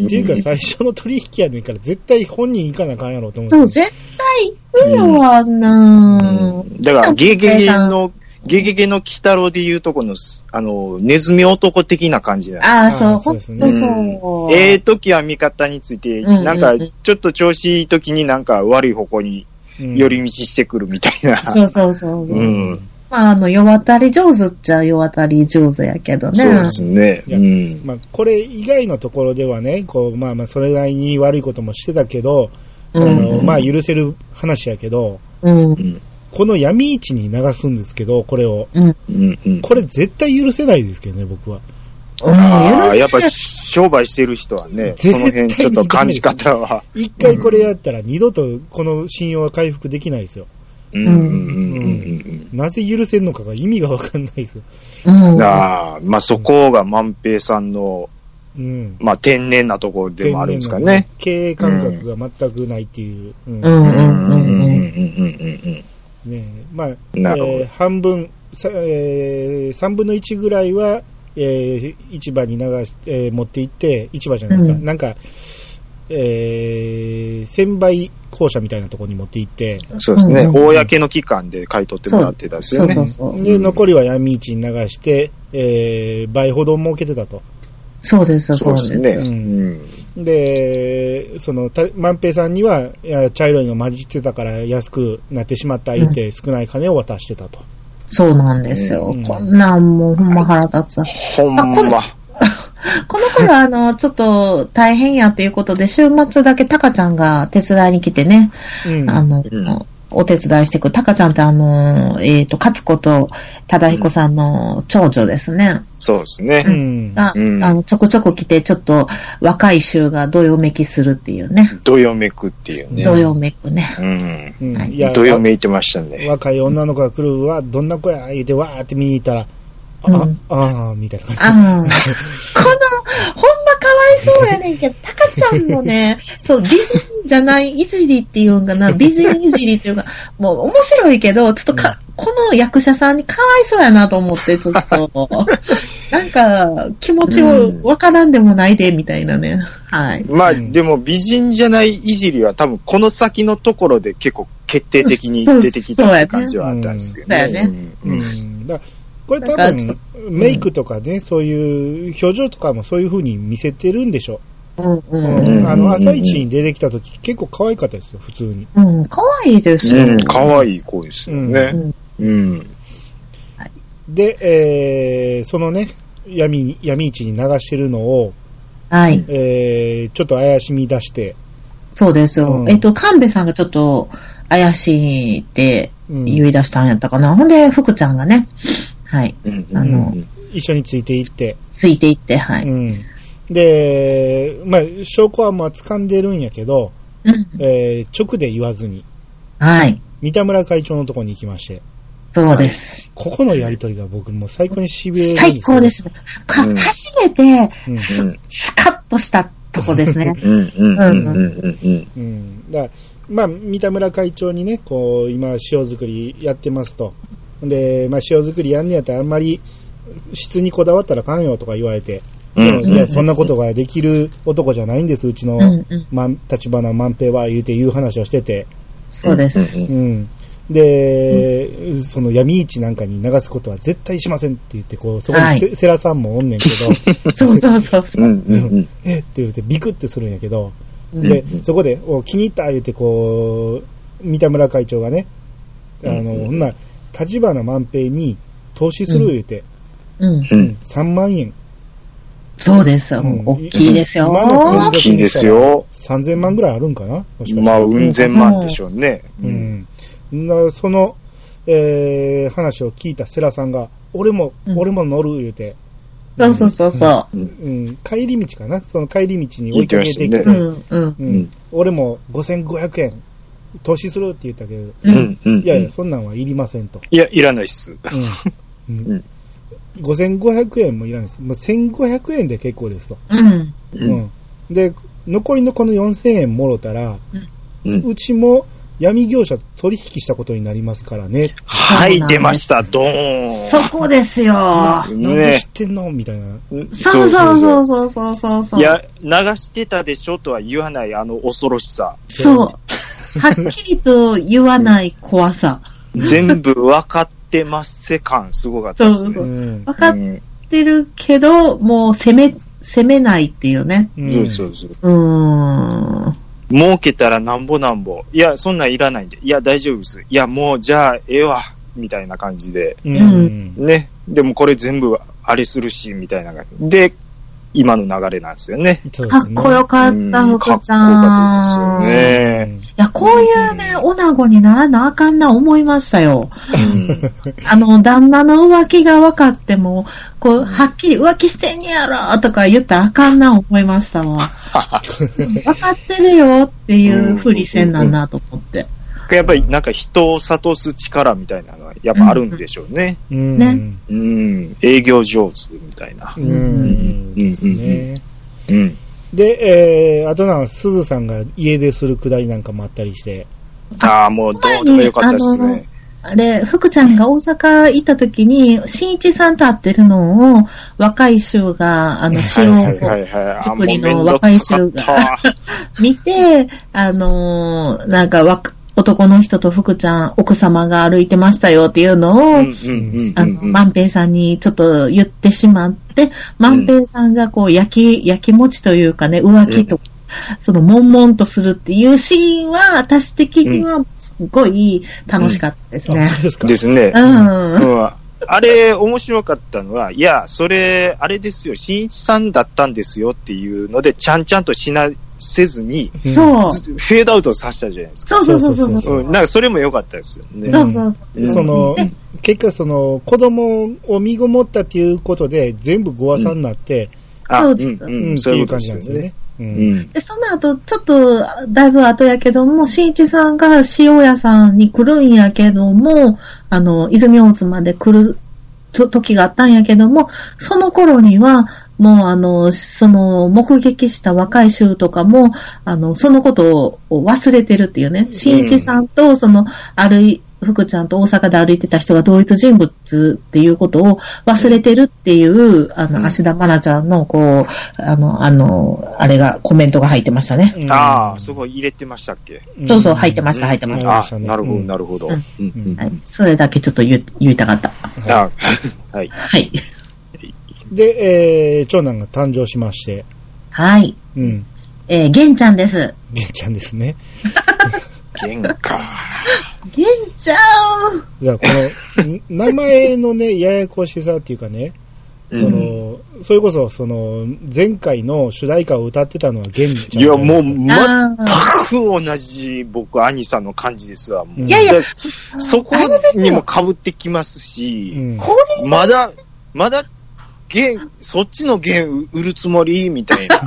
C: に。
A: ていうか最初の取引やねんから絶対本人行かなあかんやろと思って。
C: そう、絶対行くよ、あんなん。
B: だから、ゲゲゲの、ゲゲゲの鬼太郎でいうとこのす、あの、ネズミ男的な感じだ。
C: ああ、
A: あ
C: そ
A: あ
C: う、
A: そう
C: ほ
A: で
C: ん
A: す
C: と
A: ね
C: そう。
B: ええ時は味方について、
C: うんうん
B: なんか、ちょっと調子いい時になんか悪い方向に
A: うん
B: 寄り道してくるみたいな。
C: そうそうそう。
B: うん
C: まあ、あの、世渡り上手っちゃ世渡り上手やけどね。
B: そうですね。
A: いや
B: うん。
A: まあ、これ以外のところではね、こう、まあまあ、それなりに悪いこともしてたけど、
C: う
A: あ
C: ん。
A: の、まあ、許せる話やけど、
C: うん。
A: この闇市に流すんですけど、これを。
B: うんうん。
A: これ絶対許せないですけどね、僕は。
B: ああ、
C: 許
B: やっ
C: せ
B: ぱ商売してる人はね、そ
A: 絶
B: の
A: 対
B: 辺ちょっと感じ方は。
A: 一回これやったら二度とこの信用は回復できないですよ。
B: うん
C: ん
B: うんうん
A: なぜ許せんのかが意味がわかんないですよ。
C: う
B: うん。
C: ん。
B: ああ、まあそこが万平さんの、
A: うん。
B: まあ天然なところでもあるんですかね。。
A: 経営感覚が全くないっていう。うん
C: うんうんうん
B: うんうんう
C: うん。
B: んうん
A: ねえまあ、え
B: なるほど
A: ー半分、さえー、3分の1ぐらいは、えー市場に流し、えー持って行って、市場じゃないか、
C: うん
A: なんか、えー、専売公社みたいなところに持って行って、
B: うんそうですね。
C: うんうん
B: 公の期間で買い取ってもらってたんですよ
C: そうそう
B: ね。
C: そう。
A: で、残りは闇市に流して、えー、倍ほど儲けてたと。
C: そうですよ、
B: そう
C: そう
B: で
C: ですす。
B: ね。
A: そうです
B: うん
A: で、その、た万平さんには、いや茶色いの混じってたから安くなってしまった言って、少ない金を渡してたと。
C: そうなんですよ。
A: うん
C: こんなんもうほんま腹立つわ。
B: ほんま。
C: この頃あの、ちょっと大変やっていうことで、週末だけタカちゃんが手伝いに来てね、
A: うん。
C: あの、
B: うん
C: お手伝いしてくる。タカちゃんってあの、えっ、と、勝子と忠彦さんの長女ですね。
B: そうですね
A: う。ん。
C: が、
B: うん
C: あの、ちょこちょこ来て、ちょっと若い衆がどよめきするっていうね。
B: どよめくっていうね。
C: どよめくね。
B: うん。
A: うん
C: はい
A: いや
B: どよめいてましたね。
A: 若い女の子が来るわ、どんな子や、言うてわーって見に行ったら、あ、
C: うん
A: あーみたいな感じ。
C: ああ、この、ほんまかわいそうやねんけど、タカちゃんのね、そう、美人じゃないいじりっていうんかな、美人いじりっていうか、もう面白いけど、ちょっとか、この役者さんにかわいそうやなと思って、ちょっと、なんか、気持ちをわからんでもないで、みたいなね。はい。
B: まあ、
A: うん
B: でも美人じゃないいじりは多分この先のところで結構決定的に出てきたって感じはあったんですよね。
C: そうやね
B: うんうん
A: うんだからこれ多
C: なんかちょ
A: 分
C: っ、
A: メイクとかね、そういう表情とかもそういう風に見せてるんでしょ。
C: うん
A: う
C: うんん。
A: あの、朝一に出てきた時結構可愛かったですよ、普通に。
C: うん、かわいいですよ。
B: うん、可愛い子ですよね。うん。
A: で、えー、そのね、闇に、闇市に流してるのを、
C: はい。
A: えー、ちょっと怪しみ出して、
C: そうですよ。
A: うん
C: えっと、神戸さんがちょっと怪しいって
A: うん
C: 言い出したんやったかな。ほんで、福ちゃんがね、はい、
B: うん
C: あの
A: 一緒についていって、
C: ついていって、は
A: う
C: い。
A: ん。で、まあ、証拠はまあ掴んでるんやけど、
C: うん。
A: えー直で言わずに。
C: はい。
A: 三田村会長のところに行きまして、
C: そうです。
A: ここのやりとりが僕もう最高に痺れるんですよ
C: 最高で。すね。か、
B: うん
C: 初めて、
A: うん
B: うん。。
C: スカッとしたとこですね
B: うん。うん。うん。うん。うん。
A: うん、だからまあ、三田村会長にね、こう、今、塩作りやってますと。で、まあ、塩作りやんねやったら、あんまり、質にこだわったらあかんよとか言われて、
B: う
A: でも
B: ん。
A: いや、そんなことができる男じゃないんです、うちの、
C: うんうん
A: まん、立花万平は、言うて、いう話をしてて、
C: そうです。
B: うん。
A: うん。で、その闇市なんかに流すことは絶対しませんって言って、こう、そこにせ、
C: は
A: セラさんもおんねんけど、
C: そうそうそう。
B: うん。うん。
A: えって言ってビクってするんやけど、
C: うん
A: で
B: う、ん
A: そこで、お気に入った言うて、こう、三田村会長がね、あ
B: うん
A: の、ほんなら、立花万平に投資する言うて、
C: うん。
B: う。
A: うん3万円、
C: そうです。
A: うん
C: もう大きいですよ。
A: 今の
B: 大きいですよ。
A: 3000万ぐらいあるんかなもしかした
B: まあ、
A: ら。
B: うん、千万でしょうね。
A: うん。なその、えー、話を聞いたセラさんが、俺も、
C: うん
A: 俺も乗る言うて、
C: そうそうそうそ
A: うん、帰り道かなその帰り道に追いかけてき
B: 言って
A: て、
C: う。う
B: ま
C: んうん。
A: う
B: うん
A: ん。俺も5500円投資するって言ったけど、
B: う
C: うんん。
B: うん。
A: いやいや、そんなんはいりませ
B: [laughs]
A: んと。
B: いや、いらないっす。
A: うん
B: う
A: うんん5500円もいらないです。もう1500円で結構ですと。
C: うん。
B: う。
A: うんん。で、残りのこの4000円もろたら、
B: うん。
A: うちも闇業者と取引したことになりますからね。
B: はい、出ました、ドーン。
C: そこですよ。
B: ね
A: なんで知ってんのみたいな。
C: そうそうそうそうそうそうそう。
B: いや、流してたでしょとは言わない、あの恐ろし
C: [laughs]
B: さ。
C: そう。はっきりと言わない怖さ。
B: 全部分かってますせ感、すごかったですね。
C: そう
A: うん。
C: 分かっ
B: うん
C: てるけど、もう攻め、攻めないっていうね。
A: うん
B: そうそうそう。
C: うーん。
B: 儲けたらなんぼなんぼ。いや、そんなんいらないんで。いや、大丈夫です。いや、もう、じゃあ、ええわ。みたいな感じで。
A: うん。
C: うん
B: ね。でも、これ全部、あれするし、みたいな感じで、今の流れなんですよね。
A: そうで
C: かっ
A: すね。
C: こよかっ
B: うん
C: た、
B: かっこよ
C: 福ち
B: か
C: ゃ
B: った
C: ん。
B: ですよ
C: い
B: ね
C: や、こういうね、女子にならなあかんな思いましたよ。あの、旦那の浮気が分かっても、こう、はっきり浮気してんやろとか言ったらあかんな思いました
B: [laughs]
C: わ。分かってるよっていうふりせんなんなと思って。
B: [laughs] やっぱり、なんか人を諭す力みたいなのは、やっぱあるんでしょうね。
A: うん。
C: ね
B: うん。営業上手みたいな
A: う。。
C: うん
B: うん
A: ですね。
B: うん。
A: で、えー、あとなんか、鈴さんが家出するくだりなんかもあったりして。
B: ああ、もう、どうでもよかったです
C: 前にあ
B: ね
C: の。あれ、福ちゃんが大阪行った時に、新一さんと会ってるのを、若い衆が、あの、
B: はい
C: 塩
B: はい
C: を
B: はいはい。あー
C: 作りの
B: もうめんどくさかったわ
C: 見て、あのーなんかわ、男の人と福ちゃん、奥様が歩いてましたよっていうのを、
B: うん
C: [laughs]
B: うんうん
C: あ
B: う
C: の、
B: んうん
C: 万平さんにちょっと言ってしまって、万平さんがこう、焼き、焼き持ちというかね、浮気とか、その、悶々とするっていうシーンは、私的には、すごい楽しかったです
A: あ、
C: ね。
A: そうですか。
B: ですね。
C: うん。
B: うんあれ、面白かったのは、いや、それ、あれですよ、新一さんだったんですよっていうので、ちゃんちゃんとしな、せずに、
A: うん
C: そう。
B: ずフェードアウトさせたじゃないですか。
C: そうそうそうそ
A: そ
C: う。そうう
B: うん、なんかそれも良かったですよね。
C: そうそうそう。
A: その
C: で、
A: 結果その、子供を身ごもったっていうことで、全部ごわさになって、
B: あ、
C: そううで
B: ん
C: す
A: う、
B: うんん、
A: って
B: そう
A: い
B: いう
A: う
B: こ
A: 感
B: とで
A: じ
B: す
A: なんです
B: よ
A: よ
B: ね
A: ね。。う。
B: うんん。
C: で、その後、ちょっと、だいぶ後やけども、しんいちさんが塩屋さんに来るんやけども、あの、泉大津まで来ると時があったんやけども、その頃には、もうあの、その、目撃した若い衆とかも、あの、そのことを忘れてるっていうね、しんいちさんと、その、歩い、福ちゃんと大阪で歩いてた人が同一人物っていうことを忘れてるっていう、あ
B: うん
C: の、芦田愛菜ちゃんの、こう、あの、あの、あれが、コメントが入ってましたね。
B: ああ、そこ入れてましたっけ
C: そうそう、入ってま
A: し
C: した、入ってま
A: 入れ
C: した。
A: てま
B: あ
A: したね
B: なるほ
A: う
B: ど、
A: ん
B: なるほど。うんうん
C: はい、それだけちょっと言う言いたかった。
B: あはい。 [laughs]
C: はい。
A: で、えー、長男が誕生しまして、
C: はい。
A: うん、
C: えー、玄ちゃんです。
A: げんちゃんですね。
B: 玄か。
C: 玄ちゃん
A: だからこの、ん名前のね、ややこしさっていうかね、その、それこそ、その、前回の主題歌を歌ってたのはげんちゃん。
B: いや、もう、全
C: あー
B: く同じ、僕、兄さんの感じですわ。もう
A: いやい
C: や
B: だそこにも被ってきますし、
A: うん、
C: こ
B: まだ、まだゲーそっちのゲーム売るつもりみたいな。も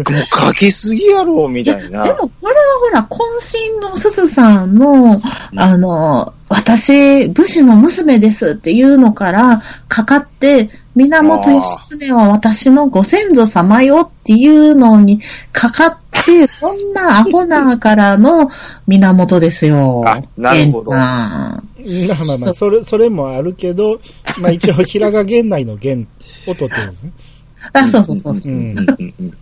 B: うかけすぎやろ、みたいな
C: で。も、これはほら、渾身のすずさんの、あの、私、武士の娘ですっていうのから、かかって、源義経は私のご先祖様よっていうのにかかって、そんなアホなからの源ですよ。
B: あなるほど
C: 玄さん
A: まあまあまあ、それ、それもあるけど、まあ一応、平賀源内の源を取ってるんですね。
C: あ、そうそうそうそう。
A: うん
B: う。んうんうん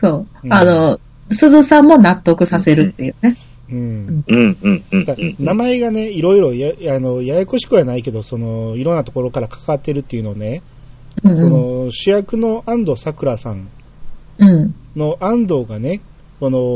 C: そう
A: う。ん
C: あの、鈴さんも納得させるっていうね。
A: うん。
B: うんうんうん
A: だから
B: う
A: 名
B: ん。
A: 前がね、いろいろや、あの、ややこしくはないけど、その、いろんなところからかかってるっていうのをね、
C: う
A: こ
C: ん。
A: の主役の安藤サクラさん
C: うん。
A: の安藤がね、この、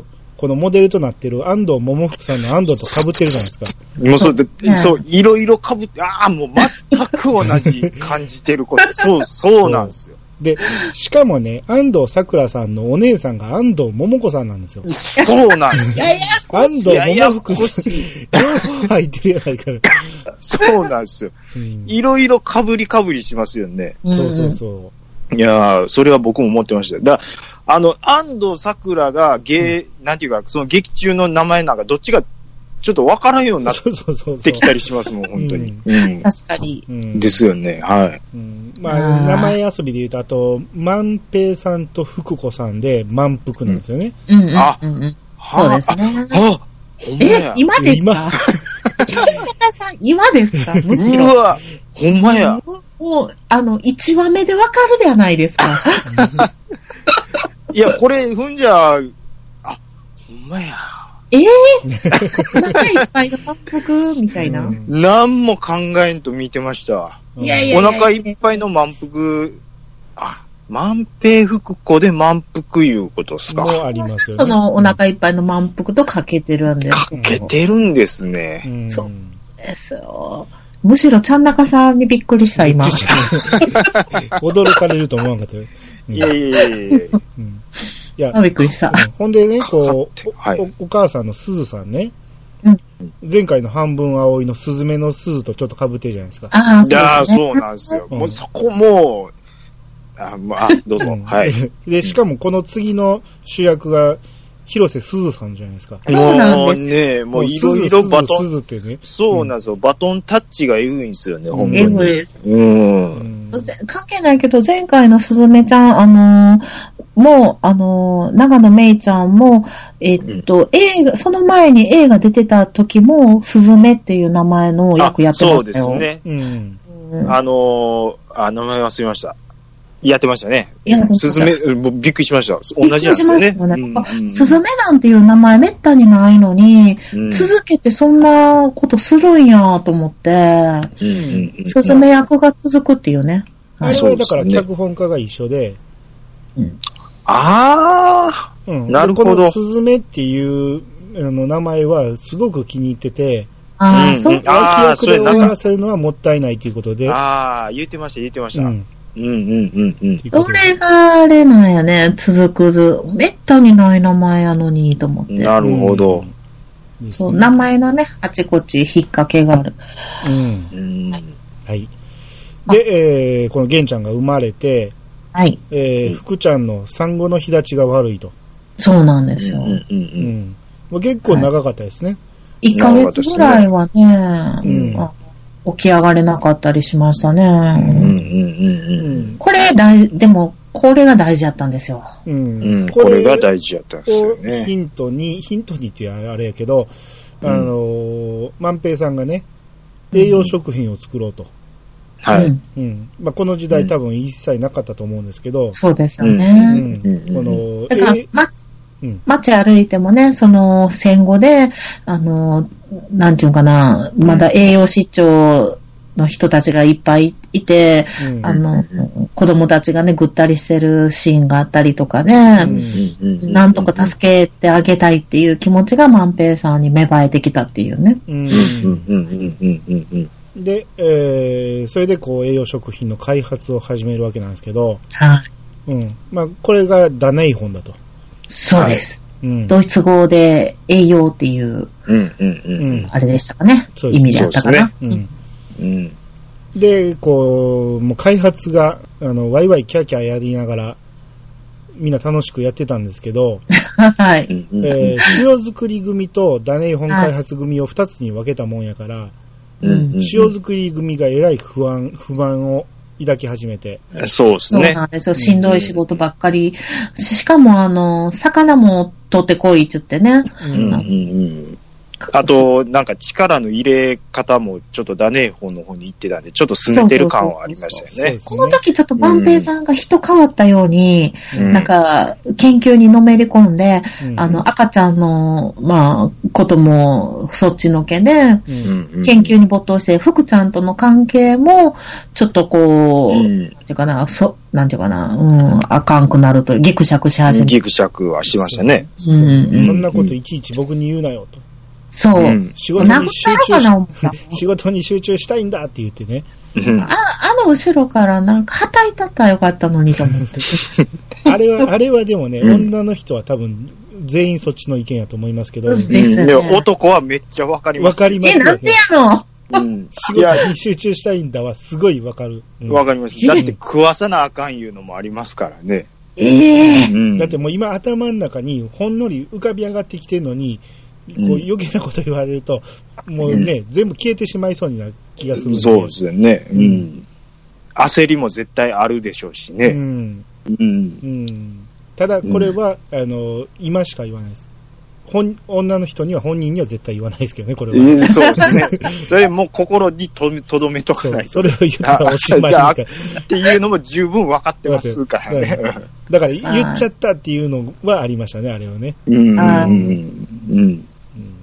C: う
A: このモデルとなってる安藤桃福さんの安藤と被ってるじゃないですか。
B: もうそれ
C: うん
B: で、そう、いろいろ被って、ああ、もう全く同じ感じてること。そう、そうなんですよ。
A: で、しかもね、安藤サクラさんのお姉さんが安藤桃子さんなんですよ。
B: そうなんですよ。
A: 安藤
B: やや
A: 桃
B: こ
A: 福さ
B: し
A: ん、
B: い。
A: 両方入ってるやないか。
B: そうなんですよ。
A: うん
B: いろいろ被り被りしますよね。
A: そうそうそ
B: いやー、それは僕も思ってましたよ。だあの、安藤桜が芸、なんていうか、その劇中の名前なんか、どっちがちょっとわからんように
A: う。
B: なっ
A: そうそうそうそ
B: て
A: う
B: き。たりしますもん、本当に。うん。
C: 確かに。
A: うん
B: ですよね、はい。
A: うんまあ、名前遊びで言うと、あと、万平さんと福子さんで満腹なんですよね。
C: うんうんうん
B: あ
C: うん。
B: は
C: そうです。ね。
B: あ、あほんま
C: え
B: や、。
C: 今ですか [laughs]
A: 今
C: 北村さん、今です
A: [laughs]
C: かむし
B: う
C: ろ。
B: わ、ほんまや。
C: もう、あの、1話目でわかるではないですか。
B: いや、これ、ふんじゃ、あ、ほんまや。
A: [laughs]
C: ええお腹いっぱいの満腹みたいな。
A: うん
B: なんも考えんと見てました。
C: いやいや
B: お腹いっぱいの満腹、あ、満平福子で満腹いうことですか。
A: もありますよね。
C: そのお腹いっぱいの満腹とかけてるんです
B: かけてるんですね。
A: ん
C: そうですよ。むしろ、ちゃんなかさんにびっくりした、
A: [laughs]
C: 今。
A: ちょっと驚かれると思わんかったよ。うん
B: いやいやいやいや
A: うんいや
C: あ、びっくりした。
A: うんほんでね、こう、
B: かかってはい
A: おお母さんの鈴さんね、
C: うん
A: 前回の半分葵のスズメの鈴とちょっと被ってるじゃないですか。
C: ああ、そ
B: い
C: う
B: やー
C: ですね
B: そうなんですよ。
A: うん
B: もうそこもう、あ、まあ、どうぞ
A: う。ん
C: [laughs]
B: はい。。
A: で、しかもこの次の主役が、広瀬すずさんじゃないですか。
C: そうなん
B: もう
C: です
B: ね、もうい
A: す
B: ろ
A: ず
B: いろバト
A: すず
B: ン、
A: すずってね。
B: そうなんですよ。バトンタッチがエグいんですよね、
A: うん
B: ほんま
C: エグい
B: に。
C: です。
B: うん。
A: うん
C: 関係ないけど、前回のすずめちゃん、あのーもう、あのー長野めいちゃんも、えっと、映画、その前に映画出てた時も、すずめっていう名前のをよ
B: あ
C: くやって
B: そ
C: ま
B: う
C: し
B: で
C: た
B: す
C: よ。
B: ね。
A: うん。
C: うん
B: あのー、あ、名前忘れました。やってましたね。
C: やってました
B: すずめ、もうびっくりしました。同じなんですよ
C: び
B: ね
C: っくりしましたよね。
B: うんうん
C: すずめなんていう名前めったにないのに、
B: うん
C: 続けてそんなことするんやと思って、
B: うんうんうん
C: すずめ役が続くっていうね。
A: あれ
B: そ
A: は
B: うで
A: だ
B: す
A: か
B: ね
A: ら脚本家が一緒で、
B: ああ
A: うん。
B: なるほど
A: でこのスズメっていう、あの、名前はすごく気に入ってて、
C: あ
B: う
C: あ、
B: んうん
C: そう
B: あ
A: 脇
B: ー
A: 役
B: そ
A: で
B: れなんか
A: 終わらせるのはもったいないということで、
B: ああ、言ってました、言ってまし
A: う。
B: た。うんん、うん、うん、うん。
A: というこ
C: そ
A: とで
C: れがあれなんやね、続く。めったにない名前やのに、と思って。
B: なるほど。
A: うんです
C: そう、
A: ね
C: 名前のね、あちこち引っ掛けがある。
A: うん。
B: うん。
A: はい。で、えー、この玄ちゃんが生まれて、
C: はい。
A: えー、福ちゃんの産後の日立ちが悪いと。
C: そうなんです
B: う
C: よ。
B: ん、う、
A: うんん。もう結構長かったですね。
C: 1ヶ月ぐらいは
A: う
C: ね、
A: ん。
C: あ起き上がれなかったりしました
B: うん。う
C: ね。
B: ん、
A: う
B: うん、うんん。
C: これ大、でも、これが大事だったんですよ。
A: うん。
B: うん、これが大事やったんです
A: を
B: よね。
A: ヒントに、ヒントにっていうのはあれやけど、あのー、万平さんがね、栄養食品を作ろうと。
B: は
C: う
B: い。
C: ん
A: うん。まあ、この時代多分一切なかったと思うんですけど、
C: そうですよ
A: う
C: ね。
A: ん。
B: うん
A: この、
C: だから
A: え、
C: ま
A: うん、
C: 街歩いてもね、その戦後で、あの、なんていうのかな、まだ栄養失調の人たちがいっぱいいて、
A: うん
C: あの、子供たちがね、ぐったりしてるシーンがあったりとかね、
B: うん
C: なんとか助けてあげたいっていう気持ちが万平さんに芽生えてきたっていうね。
A: うん
B: うん、うん、うん、うん、うん、うん。
A: で、えー、それでこう栄養食品の開発を始めるわけなんですけど、
C: はい。
A: うん。まあ、これがダネイホンだと。
C: そうです。
A: うん。
C: ドイツ語で栄養っていう、
B: うん、うん、うん。
C: あれでしたかね。
A: そうです
C: 意味であったかな。
A: うん。
B: うん。
A: で、こう、もう開発が、あの、ワイワイキャーキャーやりながら、みんな楽しくやってたんですけ
C: [laughs]
A: ど、
C: はい。
A: えー、塩作り組とダネイ本開発組を2つに分けたもんやから、塩作り組がえらい不安、不満を抱き始めて、
B: そうです
C: そう
B: ね。
C: なんですよ。しんどい仕事ばっかり。しかも、あの、魚も取ってこいって言ってね。
A: う
B: うんうん
A: ん
B: うんあと、なんか力の入れ方もちょっとダネー方の方に行ってたんで、ちょっと拗ねてる感はありましたよね。
C: この時ちょっと万平さんが人変わったように、
B: うん
C: なんか、研究にのめり込んで、
A: うん
C: あの、赤ちゃんの、まあ、ことも、そっちのけで、
A: う
B: うんんうん
C: 研究に没頭して、福ちゃんとの関係も、ちょっとこ
B: う
C: う、なん
B: ん
C: ていうかな、そ、なんていうかな、うん、あかんくなるという、ギクシャクし始め
B: ギクシャクはしましたね。
C: う
A: そ
C: んうん
A: んなこといちいち僕に言うなよと。
C: そう。
B: うん
A: 仕
C: も
A: 事
C: う殴っ
A: に
C: た
A: 集中
C: ろか
A: し
C: な、思ったもん。
A: [laughs] 仕事に集中したいんだって言ってね。
B: うん
C: あ、あの後ろからなんか、はたいたったらよかったのにと思って。
A: あれは、あれはでもね、
B: うん
A: 女の人は多分、全員そっちの意見やと思いますけど、
C: うん
A: わ
C: ですね
B: で男はめっちゃわかります。
A: かりま
C: [laughs] え、
A: す
C: な
A: よ
C: んで
A: ね
C: や。の
B: うん
A: 仕
B: いや
A: 事に集中したいんだはすごいわかる。うん
B: わかります。だって食わさなあかんいうのもありますからね。
C: ええ
B: うん
A: だってもう今頭の中にほんのり浮かび上がってきてるのに、こう
B: うん
A: 余計なこと言われると、もうね、全部消えてしまいそうな気がするんで。
B: そうですよね。うん
A: うん
B: 焦りも絶対あるでしょうし
A: う
B: ね。
A: ん。
B: うん
A: うん。ただこれは、あの、今しか言わないです。本、女の人には本人には絶対言わないですけどね、これは。
B: えーそうですね。それもう心にととどめとか
A: そ
B: な
A: う
B: いと
A: それを言った [laughs] らおしまい
B: あじゃ
A: だ
B: あ
A: から
B: っていうのも十分分かってますからね。
A: だから言っちゃったっていうのはありましたね、あれはね。
B: うん
C: あ
B: うんうん
A: うん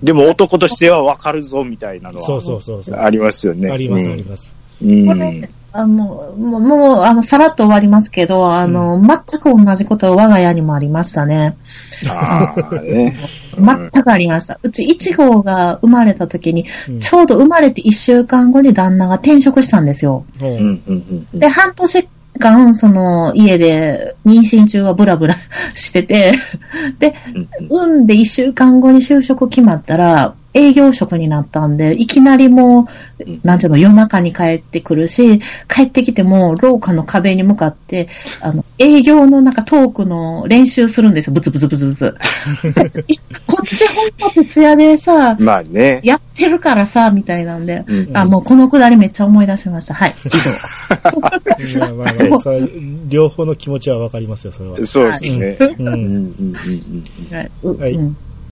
B: でも男としては分かるぞみたいなの
A: そう
B: は
A: そうそうそう。
B: ありますよね。
A: あります、
B: うん
A: あります。
B: うん
C: これあの、もう、もうあの、さらっと終わりますけど、あの、全く同じことは我が家にもありましたね。
B: ああ、
A: [laughs]
B: ね。うん
C: 全くありました。うち1号が生まれた時に、
A: うん
C: ちょうど生まれて1週間後に旦那が転職したんですよ。
A: うん
B: うんうんうん
C: で、半年間、その、家で、妊娠中はブラブラしてて、 [laughs] で、
B: うん
C: 産んで1週間後に就職決まったら、営業職になったんで、いきなりもう
B: うん、
C: なんていうの、夜中に帰ってくるし、帰ってきても、廊下の壁に向かって、あの、営業のなんかトークの練習するんですよ。ブツブツブツ
B: [laughs]
C: ブツ。こっちほんと徹夜でさ、
B: まあね。
C: やってるからさ、みたいなんで。
B: うん
C: あ、もうこのくだりめっちゃ思い出しました。はい、以上。
A: まあまあまあ、それ両方の気持ちはわかりますよ、それは。
C: [laughs]
B: そうですね。
A: う
B: うん
A: ん
B: うんうんうん
C: はい。う
A: はい
C: うん